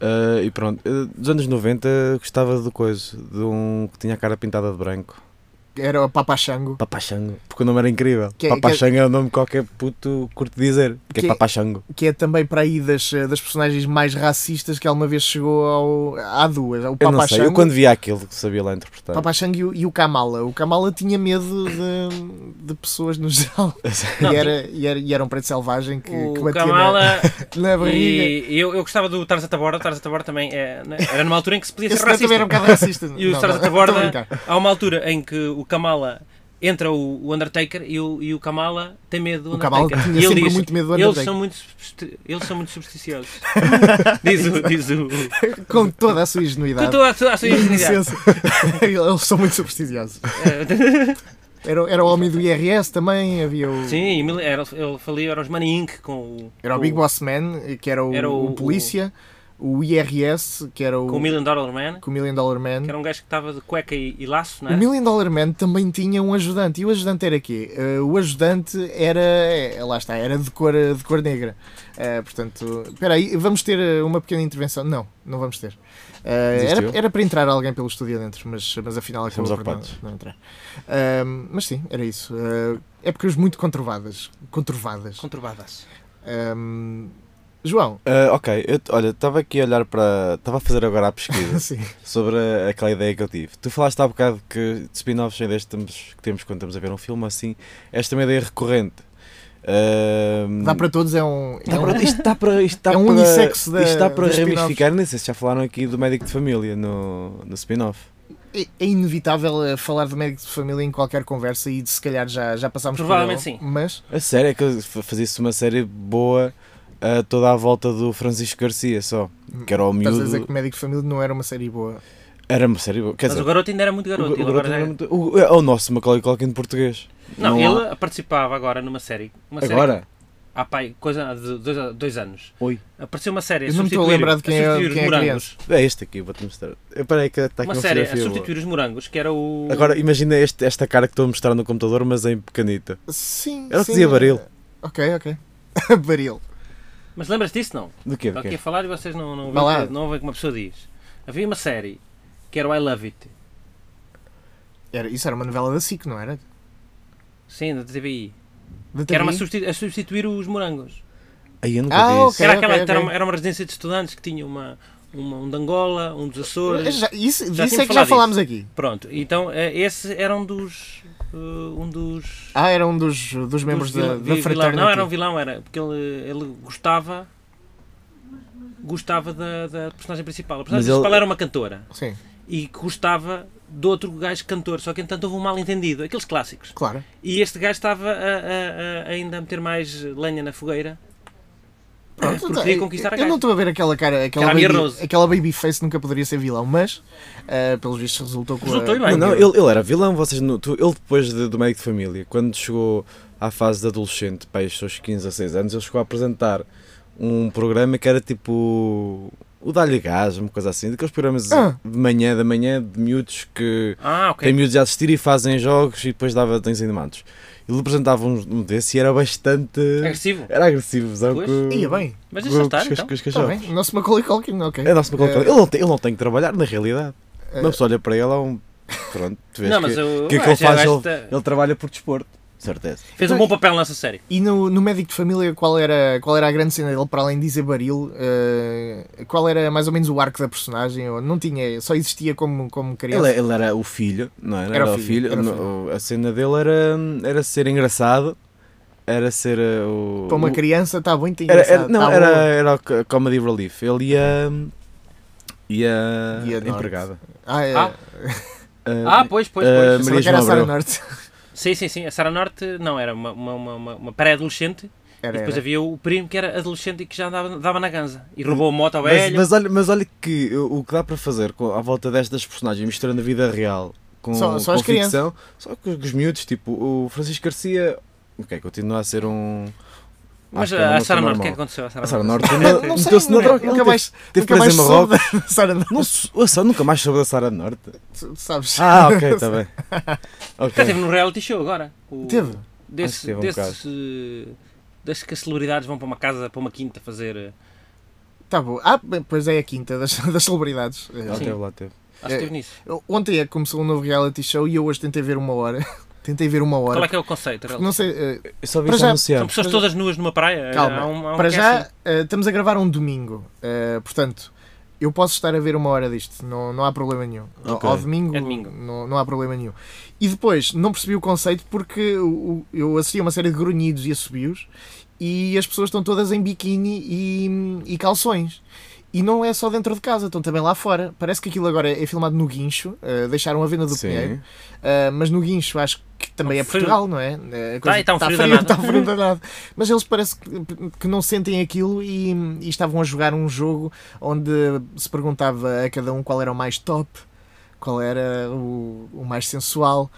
Speaker 5: Ah, e pronto, Ah, dos anos 90 gostava do coisa, de um que tinha a cara pintada de branco.
Speaker 3: Era o Papa Xango.
Speaker 5: Papachango, porque o nome era incrível.
Speaker 3: Que é-
Speaker 5: Papachango é o nome que qualquer puto curte dizer, que,
Speaker 3: Que
Speaker 5: é
Speaker 3: é-
Speaker 5: Papachango.
Speaker 3: que é também para aí das, das personagens mais racistas que alguma vez chegou ao, à duas. O
Speaker 5: Eu
Speaker 3: Papa
Speaker 5: não sei, eu
Speaker 3: Xango-
Speaker 5: quando via aquilo sabia lá interpretar.
Speaker 3: Papa Shang e, o- e o Kamala. O Kamala tinha medo de, de pessoas no geral.
Speaker 4: Não,
Speaker 3: E era, e, era, e era um preto selvagem que, que
Speaker 4: O
Speaker 3: batia
Speaker 4: Kamala
Speaker 3: na, na barriga.
Speaker 4: e eu, eu gostava do Tarzan Taborda. O Tarzan Taborda também é, né? era numa altura em que se podia ser
Speaker 3: Esse também
Speaker 4: racista.
Speaker 3: também era um bocado racista.
Speaker 4: E o
Speaker 3: Não,
Speaker 4: Sarah
Speaker 3: não, estou a
Speaker 4: Taborda-
Speaker 3: brincar.
Speaker 4: Há uma altura em que o Kamala entra o o Undertaker e o, e o Kamala tem medo do
Speaker 3: O Kamala
Speaker 4: Undertaker.
Speaker 3: tinha
Speaker 4: e ele
Speaker 3: sempre
Speaker 4: diz,
Speaker 3: muito medo do
Speaker 4: eles
Speaker 3: Undertaker.
Speaker 4: são muito, substi- eles são muito supersticiosos. diz o... Diz o
Speaker 3: Com toda a sua ingenuidade.
Speaker 4: Estou a, a sua
Speaker 3: E
Speaker 4: ingenuidade.
Speaker 3: licença. Eles são muito supersticiosos. Era, era o homem do IRS também, havia o.
Speaker 4: É. Sim, e mil- era, ele falia, era os Money Inc. com o...
Speaker 3: Era o
Speaker 4: com
Speaker 3: Big Boss Man, que era o,
Speaker 4: Era o-
Speaker 3: o polícia, o IRS, que era o,
Speaker 4: Com o Million Dollar Man,
Speaker 3: que o Million Dollar Man.
Speaker 4: que era um gajo que estava de cueca e, e laço, não
Speaker 3: O
Speaker 4: é?
Speaker 3: Million Dollar Man também tinha um ajudante. E o ajudante era quê? Eh, o ajudante era. eh, Lá está, era de cor, de cor negra. Eh, portanto, espera aí, vamos ter eh, uma pequena intervenção. Não, não vamos ter. Eh,
Speaker 5: Desistiu?
Speaker 3: era, era para entrar alguém pelo estúdio adentro, mas, mas afinal acabou
Speaker 5: Estamos
Speaker 3: por não,
Speaker 5: ocupados.
Speaker 3: não entrar. Eh, mas sim, era isso. Eh, épocas muito conturbadas. Conturbadas.
Speaker 4: Conturbadas.
Speaker 3: Eh, João,
Speaker 5: Ah, ok, eu, olha, estava aqui a olhar para. Estava a fazer agora a pesquisa
Speaker 3: sim.
Speaker 5: sobre a- aquela ideia que eu tive. Tu falaste há bocado que de spin-offs sem ideias que temos, que temos quando estamos a ver um filme assim. Esta é uma ideia recorrente. Ahm,
Speaker 3: Dá para todos, é um. é
Speaker 5: Dá
Speaker 3: um-
Speaker 5: para- isto está para. Isto está
Speaker 3: É um
Speaker 5: para-
Speaker 3: unissexo da-
Speaker 5: Isto está para
Speaker 3: dos spin-offs.
Speaker 5: ramificar, nem sei se já falaram aqui do médico de família no, no spin-off.
Speaker 3: É é inevitável eh, falar de médico de família em qualquer conversa e de- se calhar já, já passámos
Speaker 4: Provavelmente
Speaker 3: por ele,
Speaker 4: sim.
Speaker 3: Mas
Speaker 5: A sério é que fa- fazia-se uma série boa ah, toda à volta do Francisco Garcia só, que era o
Speaker 3: Estás a dizer
Speaker 5: miúdo.
Speaker 3: que Médico de Família não era uma série boa.
Speaker 5: Era uma série boa. Quer
Speaker 4: Mas
Speaker 5: dizer,
Speaker 4: o garoto ainda era muito garoto.
Speaker 5: o-
Speaker 4: ele
Speaker 5: o garoto
Speaker 4: agora já
Speaker 5: era
Speaker 4: é-
Speaker 5: muito- o- é o nosso Macaulay Culkin de português.
Speaker 4: Não,
Speaker 5: Não há-
Speaker 4: ele participava agora numa série. Uma série
Speaker 5: Agora?
Speaker 4: há pai, coisa de dois, a- dois anos.
Speaker 5: Oi.
Speaker 4: Apareceu uma série a
Speaker 3: Eu não me estou a
Speaker 4: substituir,
Speaker 3: lembrar de quem é-
Speaker 4: substituir
Speaker 3: de
Speaker 4: os
Speaker 3: quem é a
Speaker 4: morangos.
Speaker 5: É este aqui, vou-te mostrar. Eu parei que está aqui
Speaker 4: uma
Speaker 5: uma,
Speaker 4: série a
Speaker 5: fotografia boa.
Speaker 4: substituir os morangos, que era o.
Speaker 5: Agora imagina este- esta cara que estou a mostrar no computador, mas em pequenita.
Speaker 3: Sim.
Speaker 5: Era o que
Speaker 3: sim.
Speaker 5: dizia Baril.
Speaker 3: Ok, ok. Baril.
Speaker 4: Mas lembras disso não?
Speaker 5: Do quê? Do
Speaker 4: Estou aqui
Speaker 5: quê?
Speaker 4: a falar e vocês não, não,
Speaker 3: Vá lá.
Speaker 4: ouvem, não ouvem como a pessoa diz. Havia uma série que era o I Love It,
Speaker 3: Era, isso era uma novela da SIC, não era?
Speaker 4: sim, da TVI,
Speaker 3: Da
Speaker 4: que era uma
Speaker 3: TVI?
Speaker 4: substi- a substituir os morangos.
Speaker 5: Aí eu nunca
Speaker 3: Ah,
Speaker 5: vi isso.
Speaker 3: ok.
Speaker 4: era, aquela,
Speaker 3: ok.
Speaker 4: Era, uma, era uma residência de estudantes que tinha uma, uma- um de Angola, um dos Açores.
Speaker 3: Já, isso disso
Speaker 4: Já
Speaker 3: é que
Speaker 4: tínhamos falado
Speaker 3: já
Speaker 4: disso.
Speaker 3: falámos aqui.
Speaker 4: Pronto, então eh, esse era um dos. eh, um dos.
Speaker 3: Ah, era um dos, dos membros
Speaker 4: dos
Speaker 3: da,
Speaker 4: vil-
Speaker 3: da
Speaker 4: vi- vilão.
Speaker 3: fraternidade.
Speaker 4: Não, era um vilão, era. Porque ele, ele gostava. Gostava da, da personagem principal. A
Speaker 5: Mas
Speaker 4: personagem
Speaker 5: ele-
Speaker 4: principal era uma cantora.
Speaker 3: Sim,
Speaker 4: E que gostava de outro gajo cantor. Só que entanto houve um mal entendido. Aqueles clássicos.
Speaker 3: claro.
Speaker 4: E este gajo estava a, a- a- ainda a meter mais lenha na fogueira.
Speaker 3: Pronto,
Speaker 4: Porque
Speaker 3: tá,
Speaker 4: queria
Speaker 3: eu-
Speaker 4: conquistar a
Speaker 3: Eu
Speaker 4: gaja.
Speaker 3: não estou a ver aquela cara, aquela,
Speaker 4: Era a minha
Speaker 3: baby,
Speaker 4: Rose.
Speaker 3: aquela baby face nunca poderia ser vilão, mas ah, pelos vistos resultou com
Speaker 4: Resultou
Speaker 3: a...
Speaker 4: e bem.
Speaker 5: Não, não,
Speaker 4: Miúdo.
Speaker 5: ele, ele era vilão, vocês não, tu- ele depois de- do médico de família, quando chegou à fase de adolescente, para os seus 15 a 6 anos, ele chegou a apresentar um programa que era tipo o Dá-lhe Gás, uma coisa assim, daqueles programas
Speaker 3: Ah.
Speaker 5: de manhã, da manhã, de miúdos que
Speaker 4: Ah, ok.
Speaker 5: têm é miúdos a assistir e fazem jogos e depois dava desenhos animados. Ele apresentava um, um desse e era bastante.
Speaker 4: É Agressivo.
Speaker 5: Era agressivo, sabe?
Speaker 4: Pois.
Speaker 5: com-
Speaker 3: Ia bem,
Speaker 4: Mas
Speaker 5: com
Speaker 4: deixa
Speaker 5: os
Speaker 4: estar
Speaker 5: cas-
Speaker 4: então.
Speaker 5: com os
Speaker 3: está
Speaker 5: cachorros.
Speaker 3: bem. O nosso Macaulay Culkin, ok.
Speaker 5: É o nosso Macaulay
Speaker 3: Eh,
Speaker 5: Culkin. ele, não tem, ele não tem que trabalhar, na realidade.
Speaker 3: Eh,
Speaker 5: Uma pessoa olha para ele, é um. Pronto, tu vês
Speaker 4: Não,
Speaker 5: que-
Speaker 4: mas o
Speaker 5: o que é que
Speaker 4: o
Speaker 5: ele faz?
Speaker 4: gajo
Speaker 5: Ele,
Speaker 4: está-
Speaker 5: ele trabalha por desporto, de certeza.
Speaker 4: fez um bom papel nessa série.
Speaker 3: E no, no Médico de Família, qual era, qual era a grande cena dele, para além de dizer baril? eh, qual era mais ou menos o arco da personagem? Ou não tinha, só existia como, como criança?
Speaker 5: Ele, é- ele era o filho, não era?
Speaker 3: Era o filho, era o
Speaker 5: No- A cena dele era, era ser engraçado, era ser uh, o.
Speaker 3: Para uma
Speaker 5: o-
Speaker 3: criança está muito
Speaker 5: era,
Speaker 3: engraçado.
Speaker 5: era, Não,
Speaker 3: tá
Speaker 5: era,
Speaker 3: bom.
Speaker 5: era o co- Comedy Relief. Ele ia. hum, ia.
Speaker 3: Ia norte.
Speaker 5: empregada.
Speaker 3: Ah, é.
Speaker 4: Ah,
Speaker 5: Ah,
Speaker 4: Ah, pois, pois,
Speaker 5: Ah,
Speaker 4: pois.
Speaker 5: mas-
Speaker 3: Pensava
Speaker 5: Maria
Speaker 3: que era a
Speaker 5: João
Speaker 3: Sara
Speaker 5: Abreu.
Speaker 3: Norte.
Speaker 4: Sim, sim, sim. A Sara Norte não era uma, uma, uma- uma- uma pré-adolescente. E
Speaker 3: Era,
Speaker 4: depois
Speaker 3: era.
Speaker 4: havia o primo que era adolescente e que já andava, dava na ganza. E roubou a moto ao
Speaker 5: mas,
Speaker 4: velho.
Speaker 5: mas, olha, mas olha que o o que dá para fazer com, à volta destas personagens, misturando a vida real com,
Speaker 3: Só- só
Speaker 5: com
Speaker 3: as crianças.
Speaker 5: ficção, só com os, com os miúdos, tipo o Francisco Garcia, ok, continua a ser um.
Speaker 4: Mas
Speaker 5: acho que é uma
Speaker 4: a Sara
Speaker 5: pessoa
Speaker 4: Norte, o que é que
Speaker 5: normal.
Speaker 4: aconteceu à Sara
Speaker 5: A Sara
Speaker 4: Norte?
Speaker 5: Norte
Speaker 3: Não- não sei,
Speaker 5: meteu-se na
Speaker 3: nunca-
Speaker 5: droga.
Speaker 3: nunca
Speaker 5: Ela
Speaker 3: mais-
Speaker 5: teve- Teve
Speaker 3: Nunca
Speaker 5: preso
Speaker 3: mais
Speaker 5: em
Speaker 3: soube
Speaker 5: Marrocos.
Speaker 3: da Sara Norte,
Speaker 5: Não se- ouça, nunca mais soube da Sara Norte.
Speaker 3: sabes?
Speaker 5: Ah, ok, está bem. Ok.
Speaker 4: Até teve no reality show agora. O-
Speaker 3: Teve.
Speaker 5: Acho que
Speaker 4: Desse,
Speaker 5: teve um
Speaker 4: desse, eh, desse que as celebridades vão para uma casa, para uma quinta fazer. eh,
Speaker 3: Tá bom. Ah, bem, pois é a quinta das, das celebridades. Eh,
Speaker 5: Lá
Speaker 4: Sim.
Speaker 5: teve, lá teve.
Speaker 4: Acho que teve nisso.
Speaker 3: Eu- Ontem é que começou um novo reality show e eu hoje tentei ver uma hora. tentei ver uma
Speaker 4: Qual
Speaker 3: hora.
Speaker 4: é que é o conceito? realmente?
Speaker 3: Não sei, eh,
Speaker 5: Eu só vi
Speaker 3: Para
Speaker 5: isto
Speaker 3: já-
Speaker 5: anunciar.
Speaker 4: São pessoas todas nuas numa praia?
Speaker 3: Calma,
Speaker 4: Há um- há um
Speaker 3: para
Speaker 4: que é
Speaker 3: já
Speaker 4: assim.
Speaker 3: eh, estamos a gravar um domingo, eh, portanto eu posso estar a ver uma hora disto, não, não há problema nenhum. Ao-
Speaker 5: Ok.
Speaker 3: Ao domingo,
Speaker 4: É domingo.
Speaker 3: Não, não há problema nenhum. E depois, não percebi o conceito porque o- o- eu assisti a uma série de grunhidos e assobios e as pessoas estão todas em biquíni e, e calções. E não é só dentro de casa, estão também lá fora. Parece que aquilo agora é filmado no Guincho, eh, deixaram a venda do Pinheiro.
Speaker 5: Sim.
Speaker 3: Uh, mas no Guincho acho que também é
Speaker 4: Tá frio.
Speaker 3: Portugal, não é? Uh, a coisa
Speaker 4: e tá um
Speaker 3: tá
Speaker 4: frio
Speaker 3: frio,
Speaker 4: danado.
Speaker 3: tá um frio danado. Mas eles parece que, que não sentem aquilo e, e estavam a jogar um jogo onde se perguntava a cada um qual era o mais top, qual era o, o mais sensual,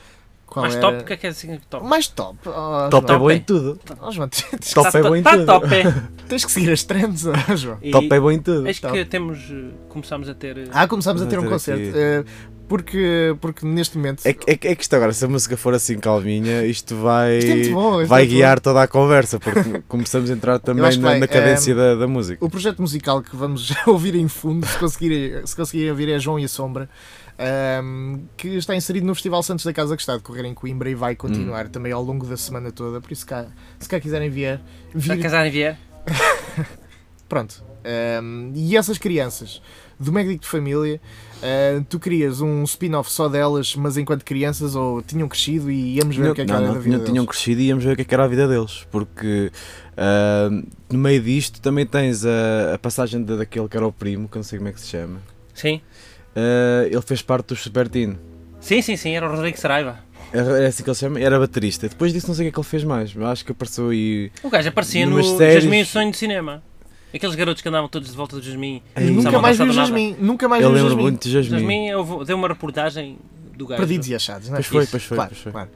Speaker 3: qual
Speaker 4: Mais
Speaker 3: era...
Speaker 4: top, o que é que é significa
Speaker 3: O
Speaker 4: top?
Speaker 3: mais top. Oh,
Speaker 5: Top é
Speaker 3: João,
Speaker 5: bom em tudo.
Speaker 3: Oh, João, tens,
Speaker 5: Top
Speaker 4: Tá-
Speaker 5: é bom em
Speaker 4: tá
Speaker 5: tudo.
Speaker 4: top, é.
Speaker 3: tens que seguir as trends, oh, João.
Speaker 4: E
Speaker 5: Top é bom em tudo.
Speaker 4: Acho
Speaker 3: top.
Speaker 4: que temos. eh, Começámos a ter. eh,
Speaker 3: Ah, começámos a
Speaker 5: Vamos
Speaker 3: ter um
Speaker 5: ter
Speaker 3: concerto.
Speaker 5: aqui.
Speaker 3: uh, porque, porque neste momento.
Speaker 5: É, que- é, que- é que isto agora, se a música for assim calminha, isto vai,
Speaker 3: Isto é muito bom, isto é
Speaker 5: vai
Speaker 3: muito
Speaker 5: guiar toda a conversa, porque começamos a entrar também
Speaker 3: acho eh, que
Speaker 5: na,
Speaker 3: vai,
Speaker 5: na cadência da, da música.
Speaker 3: O projeto musical que vamos ouvir em fundo, se conseguirem, se conseguirem ouvir, é João e a Sombra, ahm, que está inserido no Festival Santos da Casa que está a decorrer em Coimbra e vai
Speaker 5: Hum.
Speaker 3: continuar também ao longo da semana toda. Por isso, cá, se cá quiserem vier,
Speaker 4: Se a
Speaker 3: vir,
Speaker 4: casarem vier.
Speaker 3: pronto. Ahm, e essas crianças do médico de família, ah, tu querias um spin-off só delas, mas enquanto crianças, ou tinham crescido e íamos ver o que é que
Speaker 5: Não,
Speaker 3: era
Speaker 5: não,
Speaker 3: da vida
Speaker 5: tinham, tinham
Speaker 3: deles?
Speaker 5: crescido e íamos ver o que, é que era a vida deles, porque ah, no meio disto também tens a, a passagem da- daquele que era o primo, que eu não sei como é que se chama.
Speaker 4: Sim.
Speaker 5: Ah, ele fez parte do Supertino,
Speaker 4: Sim, sim, sim, era o Rodrigo Saraiva.
Speaker 5: era é assim que ele se chama, era baterista. Depois disso, não sei o que é que ele fez mais, mas acho que apareceu aí
Speaker 4: O gajo aparecia no
Speaker 5: Numas séries.
Speaker 4: Jasmine Sonho de Cinema. Aqueles garotos que andavam todos de volta do Jasmin.
Speaker 5: Ei,
Speaker 4: não
Speaker 3: Nunca
Speaker 4: sabiam
Speaker 3: mais vi
Speaker 4: dançar
Speaker 3: o
Speaker 4: nada.
Speaker 3: Jasmin. Nunca mais vi
Speaker 5: Eu
Speaker 3: o
Speaker 5: lembro
Speaker 3: Jasmin.
Speaker 5: muito de Jasmin.
Speaker 4: Jasmin eu vou- deu uma reportagem do gajo.
Speaker 3: Perdidos e achados, não é?
Speaker 5: Pois foi,
Speaker 4: Isso,
Speaker 5: pois foi,
Speaker 3: Claro,
Speaker 5: pois foi.
Speaker 3: claro.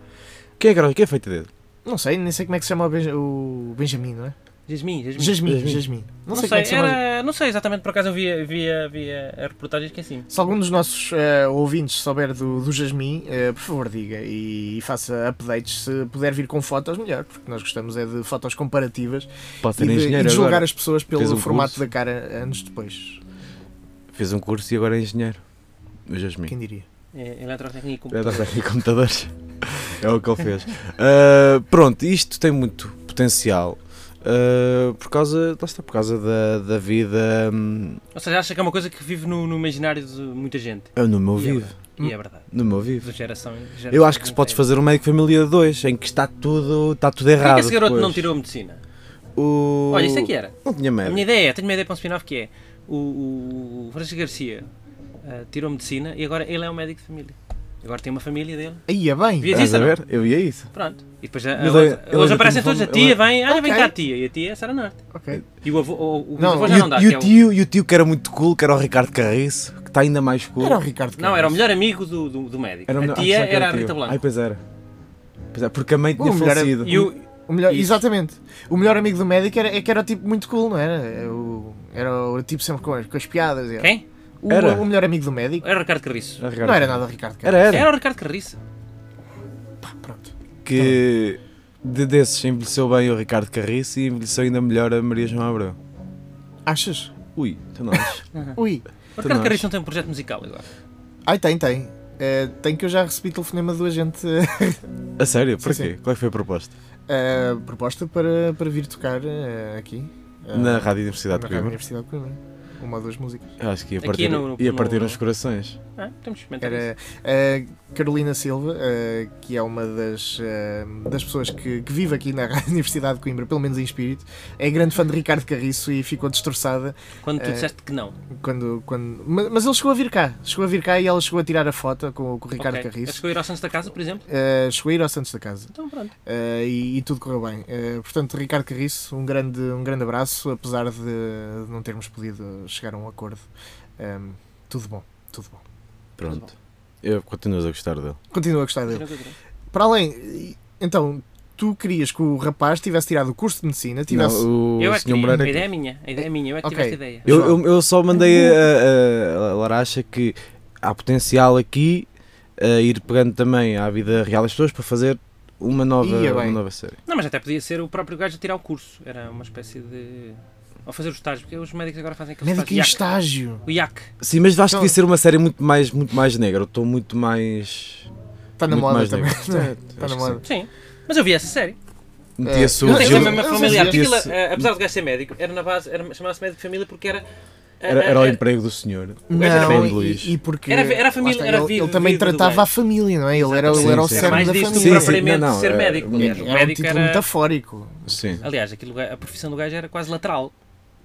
Speaker 5: Quem é que era- quem é feito dele?
Speaker 3: Não sei, nem sei como é que se chama o, Benja- o Benjamin, não é?
Speaker 4: Jasmin, Jasmin.
Speaker 3: Jasmin,
Speaker 5: Jasmin.
Speaker 3: Jasmin. Não,
Speaker 4: Não
Speaker 3: sei,
Speaker 4: sei,
Speaker 3: como é que se chama.
Speaker 4: era- não sei exatamente, por acaso eu via, via, via a é reportagem e esqueci-me.
Speaker 3: Se algum dos nossos eh, ouvintes souber do, do Jasmin, eh, por favor diga e, e faça updates. Se puder vir com fotos, melhor, porque nós gostamos é de fotos comparativas
Speaker 5: Pode
Speaker 3: e
Speaker 5: ser
Speaker 3: de, e
Speaker 5: engenheiro
Speaker 3: de julgar
Speaker 5: agora.
Speaker 3: as pessoas pelo
Speaker 5: Fez um
Speaker 3: formato
Speaker 5: curso.
Speaker 3: da cara anos depois.
Speaker 5: Fez um curso e agora é engenheiro. O Jasmin.
Speaker 3: Quem diria?
Speaker 4: É, eletrotecnia e
Speaker 5: É da
Speaker 4: computador.
Speaker 5: técnica de computadores. É o que ele fez. Ah, pronto, isto tem muito potencial. ah, por causa, lá está, por causa da, da vida hum,
Speaker 4: Ou seja, acha que é uma coisa que vive no, no imaginário de muita gente.
Speaker 5: eu ah, no
Speaker 4: E
Speaker 5: meu
Speaker 4: é
Speaker 5: vivo.
Speaker 4: verdade. E é verdade.
Speaker 5: No meu vivo.
Speaker 4: De geração em geração.
Speaker 5: Hum.
Speaker 4: É.
Speaker 5: Eu acho que se podes fazer um médico família 2 em que está tudo, está tudo errado.
Speaker 4: Porquê é que esse garoto
Speaker 5: depois.
Speaker 4: não tirou medicina?
Speaker 5: O...
Speaker 4: Olha, isso aqui era.
Speaker 5: Não tinha
Speaker 4: A minha
Speaker 5: médico.
Speaker 4: ideia, tenho uma ideia para um spin-off que é o, o, o Francisco Garcia ah, tirou medicina e agora ele é um médico de família. Agora tem uma família dele.
Speaker 3: Aí é bem.
Speaker 4: Devia
Speaker 5: Estás a
Speaker 4: não?
Speaker 5: ver? Eu via isso.
Speaker 4: Pronto. E depois a, a
Speaker 5: Mas
Speaker 4: outra-
Speaker 5: ele- ele
Speaker 4: eles
Speaker 5: ainda
Speaker 4: aparecem
Speaker 5: tem
Speaker 4: todos, a
Speaker 5: fome, ele- é-
Speaker 4: tia vem, ah, vem
Speaker 3: Ok.
Speaker 4: cá a tia, e a tia é a Sara Norte.
Speaker 3: Ok.
Speaker 4: E o avô, o, o
Speaker 3: Não,
Speaker 4: avô já
Speaker 5: E,
Speaker 4: não dá,
Speaker 5: o- e
Speaker 4: que é
Speaker 5: o
Speaker 4: o-
Speaker 5: tio, e o tio que era muito cool, que era o Ricardo Carriço, que está ainda mais cool.
Speaker 3: Era o Ricardo
Speaker 4: Não, era o
Speaker 3: Carlos.
Speaker 4: melhor amigo do, do, do médico.
Speaker 5: Era o
Speaker 4: a
Speaker 5: melhor- ah,
Speaker 4: tia
Speaker 5: pensava que
Speaker 4: era a
Speaker 5: o tio.
Speaker 4: Rita
Speaker 5: Ai,
Speaker 4: Blanco.
Speaker 5: pois era. Pois é, porque a mãe tinha
Speaker 3: O melhor era-
Speaker 5: falecido.
Speaker 4: E o,
Speaker 3: O melhor,
Speaker 4: Isso.
Speaker 3: exatamente. O melhor amigo do médico era, é que era o tipo muito cool, não era? Era o, era o tipo sempre com as, com as piadas. era.
Speaker 4: quem?
Speaker 3: O,
Speaker 5: Era.
Speaker 3: o melhor amigo do médico.
Speaker 4: Era o Ricardo Carriço.
Speaker 5: Ah, Ricardo
Speaker 3: Não era
Speaker 5: Carriço.
Speaker 3: nada o Ricardo
Speaker 5: Era,
Speaker 3: Carlos.
Speaker 5: era.
Speaker 4: Era o Ricardo Carriço.
Speaker 3: Pronto.
Speaker 5: que de desses envelheceu bem o Ricardo Carriço e envelheceu ainda melhor a Maria João Abreu.
Speaker 3: Achas?
Speaker 5: Ui, tu não achas?
Speaker 3: Ui.
Speaker 4: O Ricardo
Speaker 5: nós.
Speaker 4: Carriço não tem um projeto musical agora.
Speaker 3: Ai, tem, tem. Eh, tem que eu já recebi telefonema do agente
Speaker 5: A sério? Porquê?
Speaker 3: Sim,
Speaker 5: Qual é que foi a proposta?
Speaker 3: eh, proposta para, para vir tocar eh, aqui. eh,
Speaker 5: Na Rádio
Speaker 3: na
Speaker 5: Universidade de
Speaker 3: Rádio
Speaker 5: Coimbra?
Speaker 3: Universidade de Coimbra. Uma ou duas músicas.
Speaker 5: Eu Acho que ia
Speaker 4: Aqui
Speaker 5: partir,
Speaker 4: no- no-
Speaker 5: ia partir
Speaker 4: no-
Speaker 5: uns corações.
Speaker 4: Ah, temos de experimentar isso.
Speaker 3: Era eh, Carolina Silva, eh, que é uma das, eh, das pessoas que, que vive aqui na Rádio Universidade de Coimbra, pelo menos em espírito, é grande fã de Ricardo Carriço e ficou destroçada
Speaker 4: Quando tu
Speaker 3: eh,
Speaker 4: disseste que não.
Speaker 3: quando. quando... Mas, mas ele chegou a vir cá, chegou a vir cá e ela chegou a tirar a foto com, com o Ricardo
Speaker 4: Ok. Acho
Speaker 3: Carriço.
Speaker 4: que eu ir ao Santos da Casa, por exemplo.
Speaker 3: Eh, chegou a ir ao Santos da Casa.
Speaker 4: Então pronto.
Speaker 3: Uh, e, e tudo correu bem. Uh, portanto, Ricardo Carriço, um grande, um grande abraço, apesar de, de não termos podido chegar a um acordo. Um, tudo bom, tudo bom.
Speaker 5: Pronto. Eu continuo a gostar dele.
Speaker 3: Continuo a gostar dele.
Speaker 4: Continua, continua.
Speaker 3: Para além, e- então, tu querias que o rapaz tivesse tirado o curso de medicina, tivesse.
Speaker 5: Não, o
Speaker 4: Eu é que
Speaker 5: senhor
Speaker 4: queria.
Speaker 5: Moreira.
Speaker 4: A ideia é minha. A ideia é minha. Eu é que
Speaker 3: Ok.
Speaker 4: tive esta ideia.
Speaker 5: Eu, eu, eu só mandei a, a, a Laracha que há potencial aqui a ir pegando também à vida real das pessoas para fazer uma nova,
Speaker 3: Ia bem.
Speaker 5: uma nova série.
Speaker 4: Não, mas até podia ser o próprio gajo a tirar o curso. Era uma espécie de. Ou fazer os estágios, porque os médicos agora fazem aquele
Speaker 3: Médico em
Speaker 4: estágio.
Speaker 3: estágio.
Speaker 4: O IAC.
Speaker 5: Sim, mas acho que
Speaker 3: Então-
Speaker 5: devia ser uma série muito mais, muito mais negra. Eu estou muito mais.
Speaker 3: Está na
Speaker 5: Muito
Speaker 3: moda
Speaker 5: mais
Speaker 3: também.
Speaker 5: negro.
Speaker 3: não é?
Speaker 5: Certo,
Speaker 3: Está
Speaker 5: acho
Speaker 3: na
Speaker 5: que
Speaker 3: moda.
Speaker 4: Sim. Mas eu vi essa série.
Speaker 5: Metia-se
Speaker 3: Eu
Speaker 5: o
Speaker 4: Eu tenho
Speaker 5: Gil-
Speaker 4: é a mesma
Speaker 3: eu-
Speaker 4: familiar. Porque
Speaker 5: metia-se-
Speaker 4: aquilo, eh, apesar de gajo ser médico, era na base, era- chamava-se médico de família porque era. eh,
Speaker 5: Era,
Speaker 4: eh,
Speaker 5: era o
Speaker 4: eh,
Speaker 5: emprego do senhor.
Speaker 4: era
Speaker 3: Não,
Speaker 5: é bem Luís.
Speaker 3: e, e porque
Speaker 4: Era- era a família,
Speaker 3: lá está,
Speaker 4: era
Speaker 3: ele,
Speaker 4: vivo,
Speaker 3: ele também
Speaker 4: vivo do
Speaker 3: tratava
Speaker 4: bem.
Speaker 3: a família, não é? Ele era,
Speaker 5: Sim,
Speaker 3: ele era o
Speaker 5: sim.
Speaker 4: Era
Speaker 3: cérebro
Speaker 4: mais
Speaker 3: da
Speaker 4: disto do que
Speaker 5: Sim,
Speaker 3: família.
Speaker 5: sim.
Speaker 4: propriamente
Speaker 5: Não, não,
Speaker 4: ser
Speaker 5: é-
Speaker 4: médico.
Speaker 5: é-
Speaker 4: Aliás,
Speaker 5: é
Speaker 4: o
Speaker 3: Era um
Speaker 4: médico
Speaker 3: título
Speaker 4: era.
Speaker 3: metafórico.
Speaker 5: Sim.
Speaker 4: Aliás, aquilo, a profissão do gajo era quase lateral.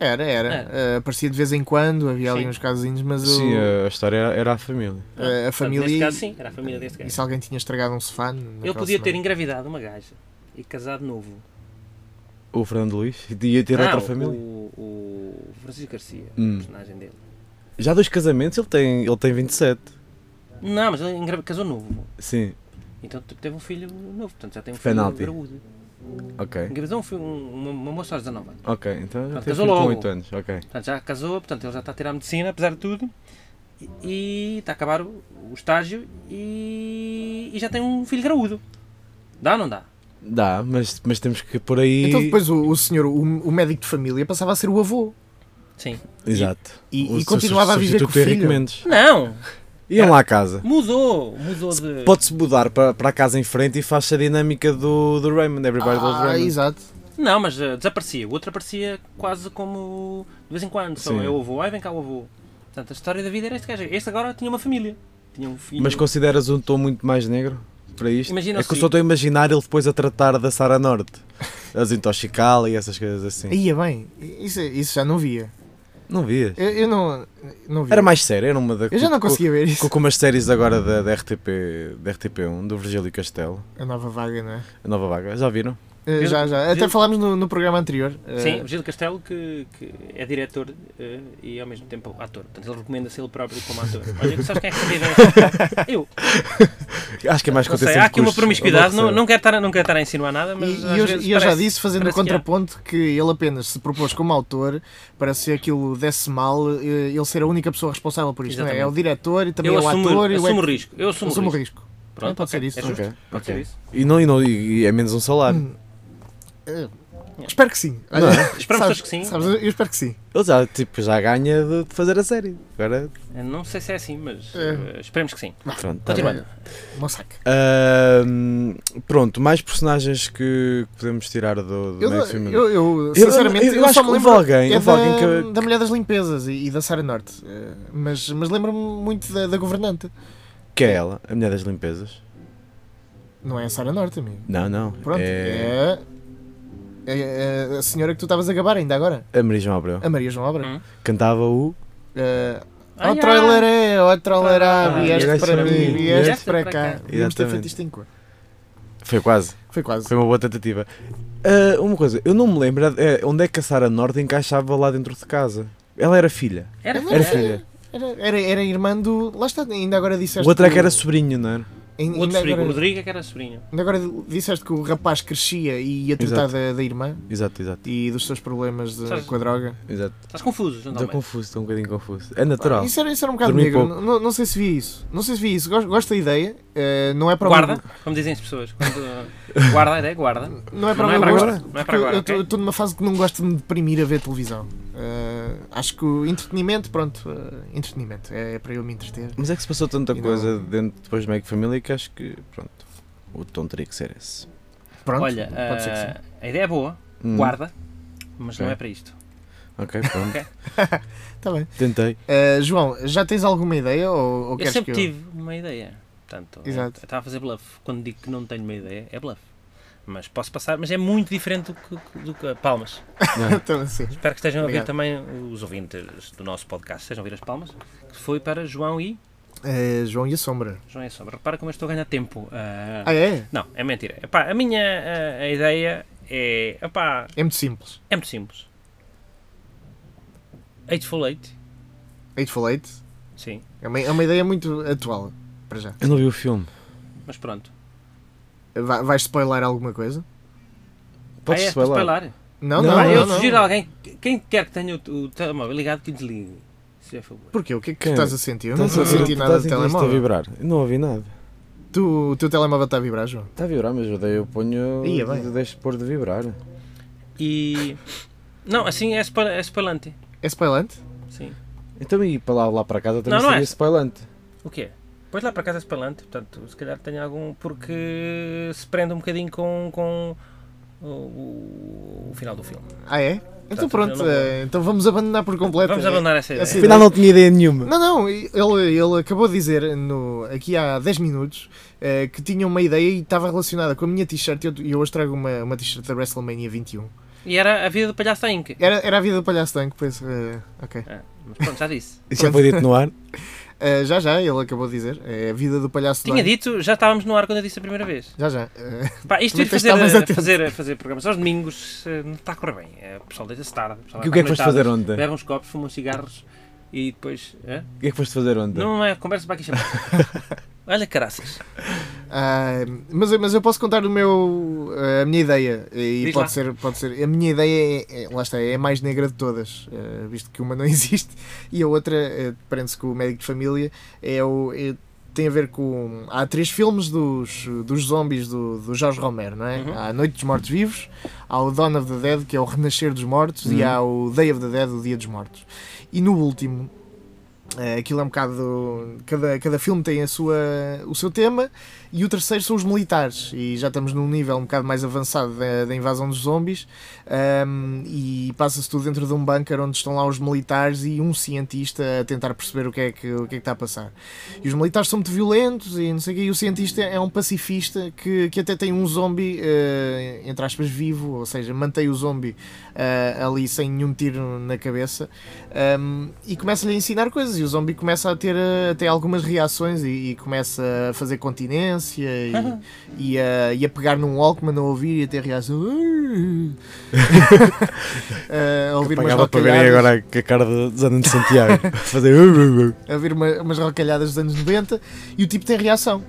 Speaker 3: Era, era.
Speaker 4: Era.
Speaker 3: Uh, aparecia de vez em quando, havia ali
Speaker 4: Sim.
Speaker 3: uns casinhos, mas o-
Speaker 5: Sim, eh, a- a história era, era a família.
Speaker 3: É, a, a
Speaker 4: Portanto, Neste
Speaker 3: família.
Speaker 4: caso, sim, era a família deste
Speaker 3: E
Speaker 4: gajo.
Speaker 3: se alguém tinha estragado um sofá?
Speaker 4: Ele podia ter engravidado uma gaja e casado novo.
Speaker 5: O Fernando Luís ia ter
Speaker 4: Não,
Speaker 5: outra família.
Speaker 4: Ah, O, o Francisco Garcia,
Speaker 5: Hum.
Speaker 4: o personagem dele.
Speaker 5: Já dois casamentos ele tem, ele tem 27.
Speaker 4: Não, mas ele engra- casou novo.
Speaker 5: Sim.
Speaker 4: Então te- teve um filho novo, portanto já tem um
Speaker 5: Penalti.
Speaker 4: filho graúdo.
Speaker 5: Ok.
Speaker 4: Engravidou um, fi- um- uma, uma moça aos 19 anos.
Speaker 5: Ok, então já
Speaker 4: Portanto,
Speaker 5: tem
Speaker 4: casou
Speaker 5: filho com
Speaker 4: logo.
Speaker 5: 8 anos. Ok.
Speaker 4: Portanto já casou, portanto ele já está a tirar a medicina, apesar de tudo. E- E está a acabar o, o estágio e, e já tem um filho graúdo. Dá ou não dá?
Speaker 5: Dá, mas, mas temos que pôr aí.
Speaker 3: Então depois o, o senhor, o, o médico de família, passava a ser o avô.
Speaker 4: Sim.
Speaker 5: Exato.
Speaker 3: E-
Speaker 5: O
Speaker 3: e
Speaker 5: su-
Speaker 3: continuava a viver
Speaker 5: substituto
Speaker 3: com o
Speaker 5: Henrique
Speaker 3: filho.
Speaker 5: Mendes.
Speaker 4: Não!
Speaker 5: Iam lá à casa.
Speaker 4: Mudou! Mudou de.
Speaker 5: É. Pode-se mudar para, para a casa em frente e faz a dinâmica do, do Raymond. Everybody loves
Speaker 4: é?
Speaker 3: Ah,
Speaker 5: Raymond.
Speaker 3: exato.
Speaker 4: Não, mas eh, desaparecia. O outro aparecia quase como de vez em quando. Só
Speaker 5: Sim.
Speaker 4: eu avô, ai vem cá o avô. Portanto, a história da vida era este gajo. Este agora tinha uma família. Tinha um filho.
Speaker 5: Mas consideras um tom muito mais negro para isto?
Speaker 4: Imagina
Speaker 5: é que eu
Speaker 4: assim.
Speaker 5: só estou a imaginar ele depois a tratar da Sara Norte, as intoxicala e essas coisas assim.
Speaker 3: Ia é bem. Isso, isso já não via.
Speaker 5: Não vias?
Speaker 3: Eu, eu não, não via.
Speaker 5: Era mais sério, era uma da.
Speaker 3: Eu já não
Speaker 5: co-
Speaker 3: conseguia ver
Speaker 5: co-
Speaker 3: isso.
Speaker 5: Como as séries agora da, da RTP, da RTP1, do Virgílio Castelo,
Speaker 3: A nova vaga, não é?
Speaker 5: a nova vaga, já viram?
Speaker 3: Eh, já, já. Até falámos no, no programa anterior. eh,
Speaker 4: Sim, o Gil Castelo, que, que é diretor eh, e ao mesmo tempo ator. Portanto, ele recomenda-se ele próprio como ator. Olha, sabes quem é que vive? Eu.
Speaker 5: Acho que é mais
Speaker 4: Não sei,
Speaker 5: contenção
Speaker 4: há
Speaker 5: de
Speaker 4: aqui uma
Speaker 5: custos.
Speaker 4: promiscuidade. Não,
Speaker 5: sei.
Speaker 4: não, quero estar, a- não quero estar a insinuar nada, mas.
Speaker 3: E,
Speaker 4: às
Speaker 3: e eu,
Speaker 4: vezes
Speaker 3: e eu já
Speaker 4: parece-
Speaker 3: disse, fazendo o
Speaker 4: parece que é. há.
Speaker 3: contraponto, que ele apenas se propôs como autor para se aquilo desse mal, eh, ele ser a única pessoa responsável por isto. não é? É o
Speaker 4: Exatamente.
Speaker 3: diretor e também
Speaker 4: Eu
Speaker 3: é o
Speaker 4: assumo,
Speaker 3: ator e o
Speaker 4: assumo o
Speaker 3: act-
Speaker 4: risco. Eu assumo,
Speaker 3: assumo
Speaker 4: o risco. Pronto,
Speaker 3: Pode
Speaker 4: ok,
Speaker 3: ser isso.
Speaker 4: É justo.
Speaker 5: Ok,
Speaker 4: Pode
Speaker 5: ok.
Speaker 4: ser isso.
Speaker 5: E, não, e, não, e e é menos um salário.
Speaker 3: Hum. Espero que sim.
Speaker 5: Não é?
Speaker 3: Olha,
Speaker 4: Esperamos
Speaker 3: sabes-
Speaker 4: todos que sim.
Speaker 3: sabes, eu espero que sim.
Speaker 5: Ele já, tipo, já ganha de, de fazer a série. Agora,
Speaker 4: Eu Não sei se é assim, mas
Speaker 3: É.
Speaker 4: eh, esperemos que sim.
Speaker 5: pronto. tá
Speaker 4: Continuando.
Speaker 3: Mossack.
Speaker 5: Ahm, pronto, mais personagens que que podemos tirar do, do
Speaker 3: Eu,
Speaker 5: Max Fury.
Speaker 3: eu, eu,
Speaker 5: é assim, Eu-
Speaker 3: sinceramente,
Speaker 5: eu
Speaker 3: eu,
Speaker 5: acho
Speaker 3: só
Speaker 5: que
Speaker 3: me
Speaker 5: houve
Speaker 3: lembro
Speaker 5: alguém-
Speaker 3: é
Speaker 5: houve
Speaker 3: da,
Speaker 5: alguém que-
Speaker 3: da Mulher das Limpezas e, e da Sara Norte. eh, Mas, mas lembro-me muito da, da governante.
Speaker 5: Que é ela, a mulher das limpezas.
Speaker 3: Não é a Sara Norte, amigo.
Speaker 5: Não, não.
Speaker 3: Pronto, é...
Speaker 5: é...
Speaker 3: é- é a senhora que tu estavas a gabar ainda agora.
Speaker 5: A Maria João Abreu.
Speaker 3: A Maria João Obra.
Speaker 4: Hum.
Speaker 5: Cantava o.
Speaker 3: Eh, é,
Speaker 4: Ai,
Speaker 3: Ó traileré, ó
Speaker 4: Ah,
Speaker 3: trailerá, oh, vieste
Speaker 5: vieste
Speaker 3: para
Speaker 5: para
Speaker 3: mim,
Speaker 5: mim,
Speaker 3: vieste para cá. Devíamos ter
Speaker 5: é Exatamente.
Speaker 3: feito isto em cor.
Speaker 5: Foi quase.
Speaker 3: Foi quase.
Speaker 5: Foi uma boa tentativa. Ah, uma coisa, eu não me lembro é, onde é que a Sara Norte encaixava lá dentro de casa. Ela era filha.
Speaker 4: Era,
Speaker 3: É
Speaker 5: Era filha.
Speaker 3: Era, era, era irmã do. Lá está, ainda agora disseste.
Speaker 5: O outro é que era
Speaker 3: o-
Speaker 5: sobrinho, não era?
Speaker 4: O
Speaker 3: ainda,
Speaker 4: outro sobrinho, o
Speaker 3: agora,
Speaker 4: Rodrigo é que era sobrinho.
Speaker 3: ainda agora disseste que o rapaz crescia e ia tratar
Speaker 5: Exato.
Speaker 3: da, da irmã
Speaker 5: Exato, exato.
Speaker 3: e dos seus problemas de-
Speaker 4: Sabes-
Speaker 3: com a droga.
Speaker 5: exato.
Speaker 4: Estás confuso,
Speaker 5: Estou
Speaker 4: João
Speaker 5: confuso, estou um bocadinho confuso. É natural.
Speaker 3: Isso era, isso era um bocado
Speaker 5: Dormi
Speaker 3: negro.
Speaker 5: pouco.
Speaker 3: Não, não sei se vi isso. Não sei se vi isso. Gosto, gosto da ideia. eh, não é para o meu-
Speaker 4: Guarda, como dizem as pessoas. Quando- guarda a ideia, guarda.
Speaker 3: Não é para
Speaker 4: Não
Speaker 3: o meu
Speaker 4: é para
Speaker 3: gosto,
Speaker 4: agora. Não é para
Speaker 3: porque eu-
Speaker 4: agora,
Speaker 3: Eu estou
Speaker 4: ok?
Speaker 3: numa fase que não gosto de me deprimir a ver televisão. Eh, acho que o entretenimento, pronto, eh, entretenimento. É, para eu me entreter.
Speaker 5: Mas é que se passou tanta
Speaker 3: E não-
Speaker 5: coisa dentro depois do Make Family que acho que, pronto, o tom teria que ser esse.
Speaker 3: Pronto,
Speaker 4: Olha,
Speaker 3: pode ser que sim.
Speaker 4: ah, a ideia é boa,
Speaker 5: Hum,
Speaker 4: guarda, mas não
Speaker 5: Ok.
Speaker 4: é para isto.
Speaker 5: Ok, pronto.
Speaker 3: Tá bem.
Speaker 5: Tentei.
Speaker 3: Eh, João, já tens alguma ideia ou, ou
Speaker 4: Eu
Speaker 3: queres
Speaker 4: sempre
Speaker 3: que eu...
Speaker 4: tive uma ideia. Portanto, é-
Speaker 3: Exato.
Speaker 4: eu estava a fazer bluff. Quando digo que não tenho uma ideia, é bluff. Mas posso passar, mas é muito diferente do que, do que- palmas.
Speaker 3: Então, sim.
Speaker 4: Espero que estejam a ouvir
Speaker 3: Obrigado.
Speaker 4: também os ouvintes do nosso podcast, estejam a ouvir as palmas, que foi para João e
Speaker 3: Eh, João e a Sombra.
Speaker 4: João e a Sombra. Repara como eu estou a ganhar tempo. Ah,
Speaker 3: Ah, é?
Speaker 4: Não, é mentira. Epá, a minha ah, a ideia é, epá,
Speaker 3: É muito simples.
Speaker 4: é muito simples. Eightful Eight,
Speaker 3: Eightful Eight
Speaker 4: sim,
Speaker 3: é uma, é uma ideia muito atual, para já.
Speaker 5: Eu não vi o filme.
Speaker 4: mas pronto.
Speaker 3: Va- vais spoiler alguma coisa?
Speaker 5: Podes
Speaker 4: ah, é,
Speaker 5: spoiler?
Speaker 4: spoilar.
Speaker 3: Não,
Speaker 5: Não,
Speaker 3: não,
Speaker 4: Pá,
Speaker 3: não.
Speaker 4: eu
Speaker 3: não.
Speaker 4: sugiro a alguém, quem quer que tenha o, o telemóvel ligado, que desligue. Se é favor.
Speaker 3: Porquê? O que é que tu
Speaker 5: Quem?
Speaker 3: estás a sentir? Eu não
Speaker 5: Estás
Speaker 3: estou a
Speaker 5: ouvir-
Speaker 3: sentir nada
Speaker 5: estás
Speaker 3: do
Speaker 5: a sentir isto a
Speaker 3: telemóvel.
Speaker 5: vibrar. Eu não ouvi nada.
Speaker 3: Tu, o teu telemóvel está a vibrar, João?
Speaker 5: Está a vibrar, mas eu, dei, eu ponho.
Speaker 3: Ia bem.
Speaker 5: eu Deixo de pôr de vibrar.
Speaker 4: E. Não, assim é, spoil, é spoilante.
Speaker 3: É spoilante?
Speaker 4: Sim.
Speaker 5: Então, e para lá, lá para casa também
Speaker 4: Não, não
Speaker 5: seria
Speaker 4: é.
Speaker 5: spoilante.
Speaker 4: O que é? Pois lá para casa é espalante, portanto, se calhar tenho algum. porque se prende um bocadinho com, com o, o final do filme.
Speaker 3: Ah, é? Então pronto,
Speaker 4: Portanto, Tá, eu não-
Speaker 3: eh, então vamos abandonar por completo.
Speaker 4: Vamos
Speaker 3: eh,
Speaker 4: abandonar essa ideia.
Speaker 3: essa
Speaker 5: Afinal, não tinha ideia nenhuma.
Speaker 3: Não, não, ele, ele acabou de dizer no, aqui há 10 minutos eh, que tinha uma ideia e estava relacionada com a minha t-shirt e eu, e eu hoje trago uma, uma t-shirt da WrestleMania 21.
Speaker 4: E era a vida do palhaço da Inca.
Speaker 3: Era, era a vida do palhaço tanque, por isso. eh, ok.
Speaker 4: Ah, mas pronto, já disse.
Speaker 5: Isso já foi dito no ar.
Speaker 3: Eh, já já, ele acabou de dizer. É a vida do palhaço
Speaker 4: Tinha
Speaker 3: tanque.
Speaker 4: dito, já estávamos no ar quando eu disse a primeira vez.
Speaker 3: Já já. Eh,
Speaker 4: Pá, isto
Speaker 3: Também tens de
Speaker 4: ir fazer,
Speaker 3: estar mais
Speaker 4: fazer,
Speaker 3: atento.
Speaker 4: fazer, programas aos domingos eh, não está a correr bem. Eh, O pessoal deita-se tarde. pessoal
Speaker 5: E o
Speaker 4: vai
Speaker 5: que é que
Speaker 4: para
Speaker 5: foste
Speaker 4: a noitada,
Speaker 5: fazer ontem?
Speaker 4: Bebe uns copos, fuma uns cigarros e depois. hã?
Speaker 5: O que é que foste fazer ontem?
Speaker 4: Não é conversa para aqui chamar. Olha, caraças.
Speaker 3: ah, mas, eu- mas eu posso contar o meu, eh, a minha ideia. E
Speaker 4: Diz
Speaker 3: pode
Speaker 4: lá.
Speaker 3: ser, pode ser. A minha ideia é, é- lá está, é a mais negra de todas, eh, visto que uma não existe e a outra, eh, prende-se com o médico de família, é o. é- tem a ver com. Há três filmes dos, dos zombies do, do Jorge Romero, não é?
Speaker 4: Uhum.
Speaker 3: Há A Noite dos Mortos Vivos, há o Dawn of the Dead, que é o Renascer dos Mortos, e
Speaker 5: Uhum.
Speaker 3: há o Day of the Dead, o Dia dos Mortos. E no último, eh, aquilo é um bocado. Cada, cada filme tem a sua, o seu tema, e o terceiro são os militares. E já estamos num nível um bocado mais avançado da, da invasão dos zombies. Um, e passa-se tudo dentro de um bunker onde estão lá os militares e um cientista a tentar perceber o que é que, o que, é que está a passar. E os militares são muito violentos e não sei o quê, e o cientista é um pacifista que, que até tem um zombie, eh, entre aspas, vivo, ou seja, mantém o zombie eh, ali sem nenhum tiro na cabeça um, e começa-lhe a ensinar coisas. E e o zombie começa a ter eh, até algumas reações e, e começa a fazer continência e, e a, e a pegar num Walkman a ouvir e a ter reação. Eh, a ouvir umas
Speaker 5: Pagava para verem
Speaker 3: rocalhadas.
Speaker 5: agora com a cara de de Ana de Santiago. a fazer. "Uh,
Speaker 3: a ver uma- umas rocalhadas dos anos 90 e o tipo tem reação.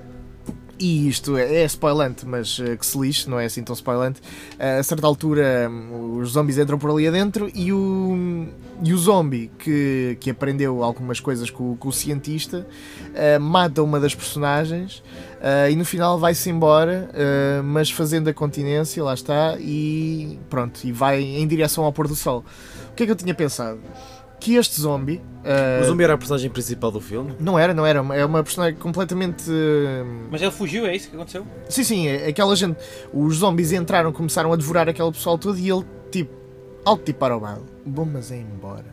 Speaker 3: E isto é, é spoilante, mas eh, que se lixe, não é assim tão spoilante. Eh, a certa altura hum, os zombies entram por ali adentro e o, e o zombie que, que aprendeu algumas coisas com, com o cientista eh, mata uma das personagens eh, e no final vai-se embora, eh, mas fazendo a continência, lá está, e pronto, e vai em direção ao pôr do sol. O que é que eu tinha pensado? Que este zombie. eh,
Speaker 5: O zumbi era a personagem principal do filme?
Speaker 3: não era, não era. É uma personagem completamente. eh,
Speaker 4: Mas ele fugiu, é isso que aconteceu?
Speaker 3: Sim, sim, é- aquela gente. Os zombies entraram, começaram a devorar aquele pessoal todo e ele, tipo, alto tipo para o mal. Bom, mas é embora.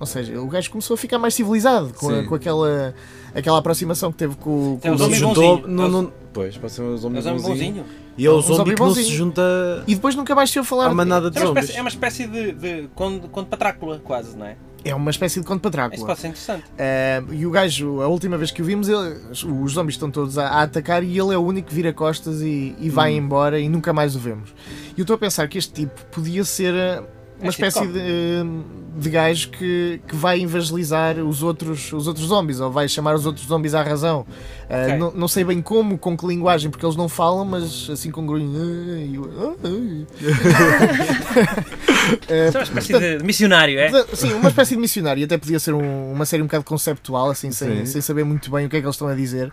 Speaker 3: Ou seja, o gajo começou a ficar mais civilizado com, a-
Speaker 5: Sim. Então,
Speaker 3: com aquela, aquela aproximação que teve com, com
Speaker 4: É o
Speaker 3: os
Speaker 4: zombie
Speaker 5: se
Speaker 3: outros.
Speaker 5: juntou.
Speaker 4: bonzinho.
Speaker 5: Não,
Speaker 4: É o-
Speaker 5: não, pois, pode ser um
Speaker 4: É
Speaker 5: zombie
Speaker 4: um zombie
Speaker 5: bonzinho.
Speaker 4: bonzinho.
Speaker 5: E é o
Speaker 3: Um
Speaker 5: zombie
Speaker 3: zombie
Speaker 5: que não se
Speaker 3: bonzinho.
Speaker 5: junta
Speaker 3: E depois nunca mais se ouviu falar.
Speaker 5: à manada de
Speaker 4: É uma
Speaker 5: zombies.
Speaker 4: espécie, é uma espécie de, de conde, conde para Drácula, quase, não é?
Speaker 3: É uma espécie de conto para
Speaker 4: Isso
Speaker 3: Drácula.
Speaker 4: pode ser interessante.
Speaker 3: Ah, e o gajo, a última vez que o vimos, ele- os zombies estão todos a, a atacar e ele é o único que vira costas e, e
Speaker 4: Hum.
Speaker 3: vai embora e nunca mais o vemos. E eu estou a pensar que este tipo podia ser ah, uma
Speaker 4: É
Speaker 3: espécie
Speaker 4: sitcom.
Speaker 3: de, ah, de gajo que, que vai evangelizar os outros, os outros zombies ou vai chamar os outros zombies à razão. Ah,
Speaker 4: Ok.
Speaker 3: não, não sei bem como, com que linguagem, porque eles não falam, mas assim com grunho. "Ah", e eu, "Ah, ah".
Speaker 4: Isso é uma espécie de, de missionário, é?
Speaker 3: Portanto, Sim, uma espécie de missionário, e até podia ser um- uma série um bocado conceptual, assim, sem,
Speaker 5: Sim.
Speaker 3: sem saber muito bem o que é que eles estão a dizer.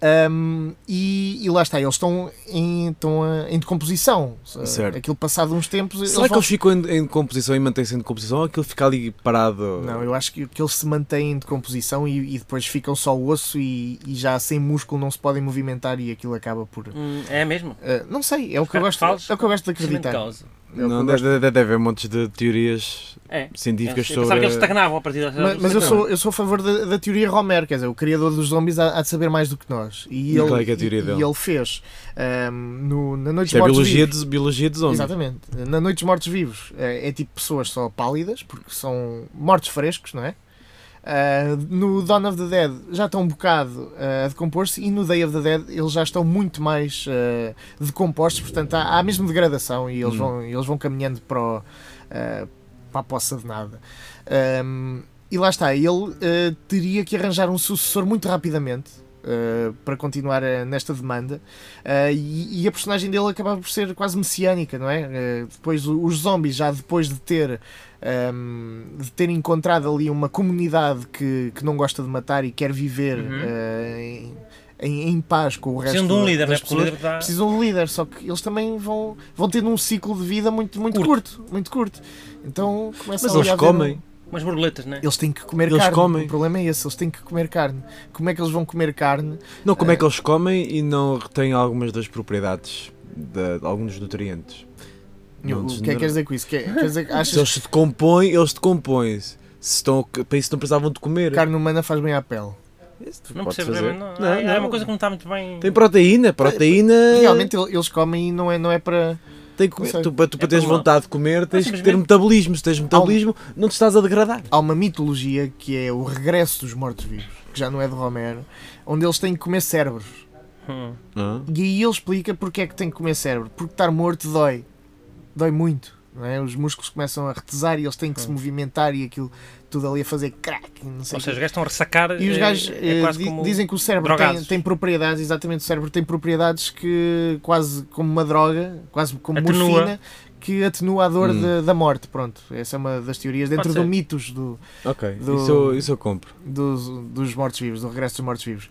Speaker 3: Ahm, e, e lá está, eles estão em, estão a- em decomposição.
Speaker 5: Certo.
Speaker 3: Aquilo passado uns tempos.
Speaker 5: Será que
Speaker 3: vão-
Speaker 5: eles ficam em, em composição e mantêm-se em decomposição ou aquilo fica ali parado?
Speaker 3: Não, eu acho que, que eles se mantêm em decomposição e, e depois ficam só osso e, e já sem músculo não se podem movimentar e aquilo acaba por.
Speaker 4: Hum, é mesmo?
Speaker 3: Ah, não sei, é o que eu
Speaker 4: Espera,
Speaker 3: gosto,
Speaker 4: falas?
Speaker 3: é o que eu gosto de
Speaker 4: Excelente
Speaker 3: acreditar.
Speaker 4: causa.
Speaker 3: É o que eu
Speaker 5: Não,
Speaker 3: gosto.
Speaker 5: deve, deve haver montes de teorias
Speaker 4: É. Eu, eu
Speaker 5: científicas
Speaker 4: pensava
Speaker 5: sobre.
Speaker 4: que eles estagnavam a partir da
Speaker 3: eh, Mas, mas eu, sou, eu sou a favor da, da teoria Romero, quer dizer, o criador dos zombies há, há de saber mais do que nós. E,
Speaker 5: E
Speaker 3: ele,
Speaker 5: qual é que é a teoria
Speaker 3: e,
Speaker 5: dele?
Speaker 3: e ele fez ahm, no, na Noite
Speaker 5: Isto
Speaker 3: dos
Speaker 5: é
Speaker 3: Mortos
Speaker 5: biologia
Speaker 3: Vivos.
Speaker 5: de, biologia de zombies.
Speaker 3: Exatamente. Na Noite dos Mortos Vivos eh, é tipo pessoas só pálidas, porque são mortos frescos, não é? Ah, no Dawn of the Dead já estão um bocado ah, a decompor-se e no Day of the Dead eles já estão muito mais ah, decompostos, portanto há, há mesmo degradação e eles,
Speaker 5: Hum.
Speaker 3: vão, eles vão caminhando para, o, ah, para a poça de nada. Ahm, e lá está, ele ah, teria que arranjar um sucessor muito rapidamente ah, para continuar ah, nesta demanda. Ah, e, e a personagem dele acabava por ser quase messiânica, não é? Ah, depois o- os zombies, já depois de ter, ahm, de ter encontrado ali uma comunidade que, que não gosta de matar e quer viver
Speaker 4: Uhum.
Speaker 3: ah, em, em- em paz com o resto
Speaker 4: Precisam de um líder, não é?
Speaker 3: das
Speaker 4: Porque o
Speaker 3: pessoas.
Speaker 4: líder dá...
Speaker 3: Precisam de um líder, só que eles também vão, vão tendo um ciclo de vida muito, muito curto. muito curto. Então começa
Speaker 5: Mas
Speaker 3: ali a
Speaker 5: eles
Speaker 3: haver um-
Speaker 5: comem.
Speaker 4: Umas borboletas, não é?
Speaker 3: Eles têm que comer
Speaker 5: Eles
Speaker 3: carne.
Speaker 5: comem.
Speaker 3: O problema é esse, eles têm que comer carne. Como é que eles vão comer carne?
Speaker 5: Não, como é que eles comem e não retêm algumas das propriedades, de, de alguns nutrientes? Não,
Speaker 3: o que é que
Speaker 5: desgeneram.
Speaker 3: queres dizer com isso? Quer, quer dizer, que achas
Speaker 5: Se eles se decompõem, eles decompõem-se. Se estão, para isso não precisavam de comer.
Speaker 3: Carne humana faz bem à pele.
Speaker 5: Isso tu
Speaker 4: Não
Speaker 5: podes
Speaker 4: percebo
Speaker 5: fazer.
Speaker 4: bem, não. é, é uma coisa que não está muito bem.
Speaker 5: Tem proteína, proteína.
Speaker 3: Realmente ele- eles comem e não é, não é para.
Speaker 5: Tem que comer.
Speaker 3: Não sei.
Speaker 5: Tu, para tu para
Speaker 4: É
Speaker 5: teres
Speaker 4: pelo-
Speaker 5: vontade de comer, tens que ter
Speaker 4: simplesmente-
Speaker 5: metabolismo. Se tens metabolismo, não te estás a degradar.
Speaker 3: Há uma mitologia que é o regresso dos mortos-vivos, que já não é de Romero, onde eles têm que comer cérebros.
Speaker 4: Hum.
Speaker 5: Ah,
Speaker 3: E aí ele explica porque é que tem que comer cérebro. Porque estar morto dói. Dói muito. Não é? Os músculos começam a retesar e eles têm
Speaker 5: Hum.
Speaker 3: que se movimentar e aquilo tudo ali a fazer crack. e Não sei o
Speaker 4: Ou seja, os
Speaker 3: quê.
Speaker 4: gajos estão a ressacar.
Speaker 3: e os
Speaker 4: é-
Speaker 3: gajos
Speaker 4: é,
Speaker 3: eh,
Speaker 4: quase
Speaker 3: di-
Speaker 4: como...
Speaker 3: dizem que o cérebro tem,
Speaker 4: drogados.
Speaker 3: tem propriedades, exatamente, o cérebro tem propriedades que quase como uma droga, quase como
Speaker 4: Atenua.
Speaker 3: morfina, que atenua a dor
Speaker 5: Hum.
Speaker 3: da- da morte. Pronto, essa é uma das teorias dentro
Speaker 4: Pode
Speaker 3: do
Speaker 4: ser.
Speaker 3: mitos do,
Speaker 5: Ok,
Speaker 3: Do-
Speaker 5: isso, eu, isso eu compro.
Speaker 3: dos, dos mortos-vivos, do regresso dos mortos-vivos.